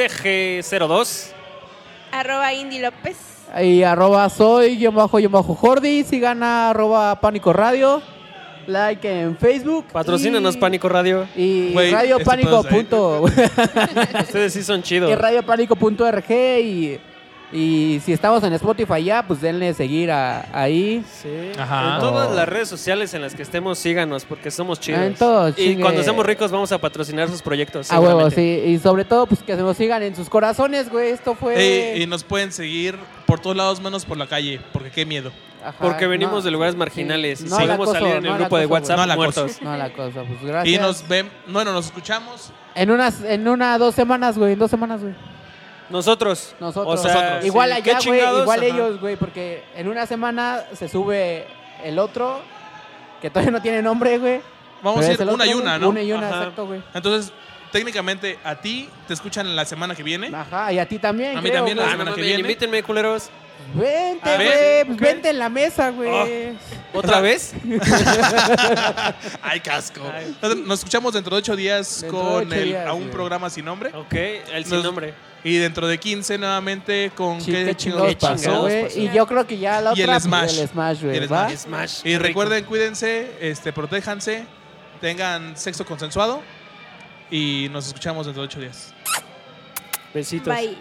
E-CG02. Arroba Indy López. Y arroba soy guión bajo guión bajo Jordi. Sigan a arroba Pánico Radio. Like en Facebook. Patrocínanos y- Pánico Radio. Y Güey, Radio este pedo Pánico. Punto, Ustedes sí son y chidos. Radio Pánico punto RG. Y, y si estamos en Spotify ya, pues denle seguir a- ahí. Sí. Ajá. En todas Oh. las redes sociales en las que estemos, síganos porque somos chidos. En todo, y chingue. cuando seamos ricos vamos a patrocinar sus proyectos. A huevo, seguramente. sí. Y sobre todo, pues que se nos sigan en sus corazones, güey. Esto fue. Eh, y nos pueden seguir por todos lados menos por la calle, porque qué miedo. Ajá, Porque venimos no. de lugares marginales. Sí. y No Seguimos al acoso, salir en el no al grupo de acoso, WhatsApp güey. No al acoso. muertos. No, la cosa, pues gracias. Y nos ven, bueno, nos escuchamos. En unas, en una, dos semanas, güey, en dos semanas, güey. Nosotros. Nosotros. O sea, Nosotros. sí, igual ¿qué allá, güey, chingados? igual Ajá. ellos, güey, porque en una semana se sube el otro, que todavía no tiene nombre, güey. Vamos pero a es ir una el otro, y güey. una, ¿no? Una y una, Ajá. exacto, güey. Entonces, técnicamente a ti te escuchan la semana que viene. Ajá, y a ti también, A mí creo, también la güey. Ah, semana no que mames, viene. invítenme, culeros. Vente, Ah, güey, ¿ves? pues Ok. Oh, vente en la mesa, güey. ¿Otra vez? Ay, casco. Entonces, nos escuchamos dentro de ocho días Dentro de con ocho el- días, a un güey. programa sin nombre. Ok, el sin Nos- nombre. Y dentro de 15 nuevamente con Sí, qué qué chingados chingados pasó, pasó. güey. Y yo creo que ya la Y otra, el pues, Smash. el Smash, Y güey, el ¿va? Smash. Smash. Y recuerden, cuídense, este, protéjanse, tengan sexo consensuado y nos escuchamos dentro de ocho días. rico. Besitos. Bye.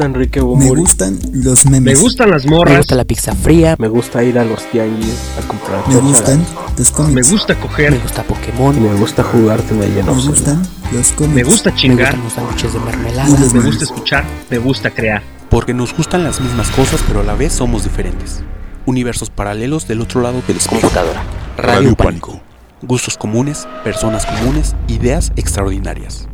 Enrique Me Bumuri. gustan los memes. las morras. la pizza fría, Me gusta ir a los tianguis a comprar. Me cosas. gustan los cómics. gusta coger, gusta Pokémon, Y me gusta jugar medalla Me no gustan los cómics. chingar, los sándwiches de Y mermelada. los memes. escuchar, me gusta crear. Porque nos gustan las mismas cosas, pero a la vez somos diferentes. Universos paralelos del otro lado del espejo. Computadora. Radio Pánico. Gustos comunes, personas comunes, ideas extraordinarias.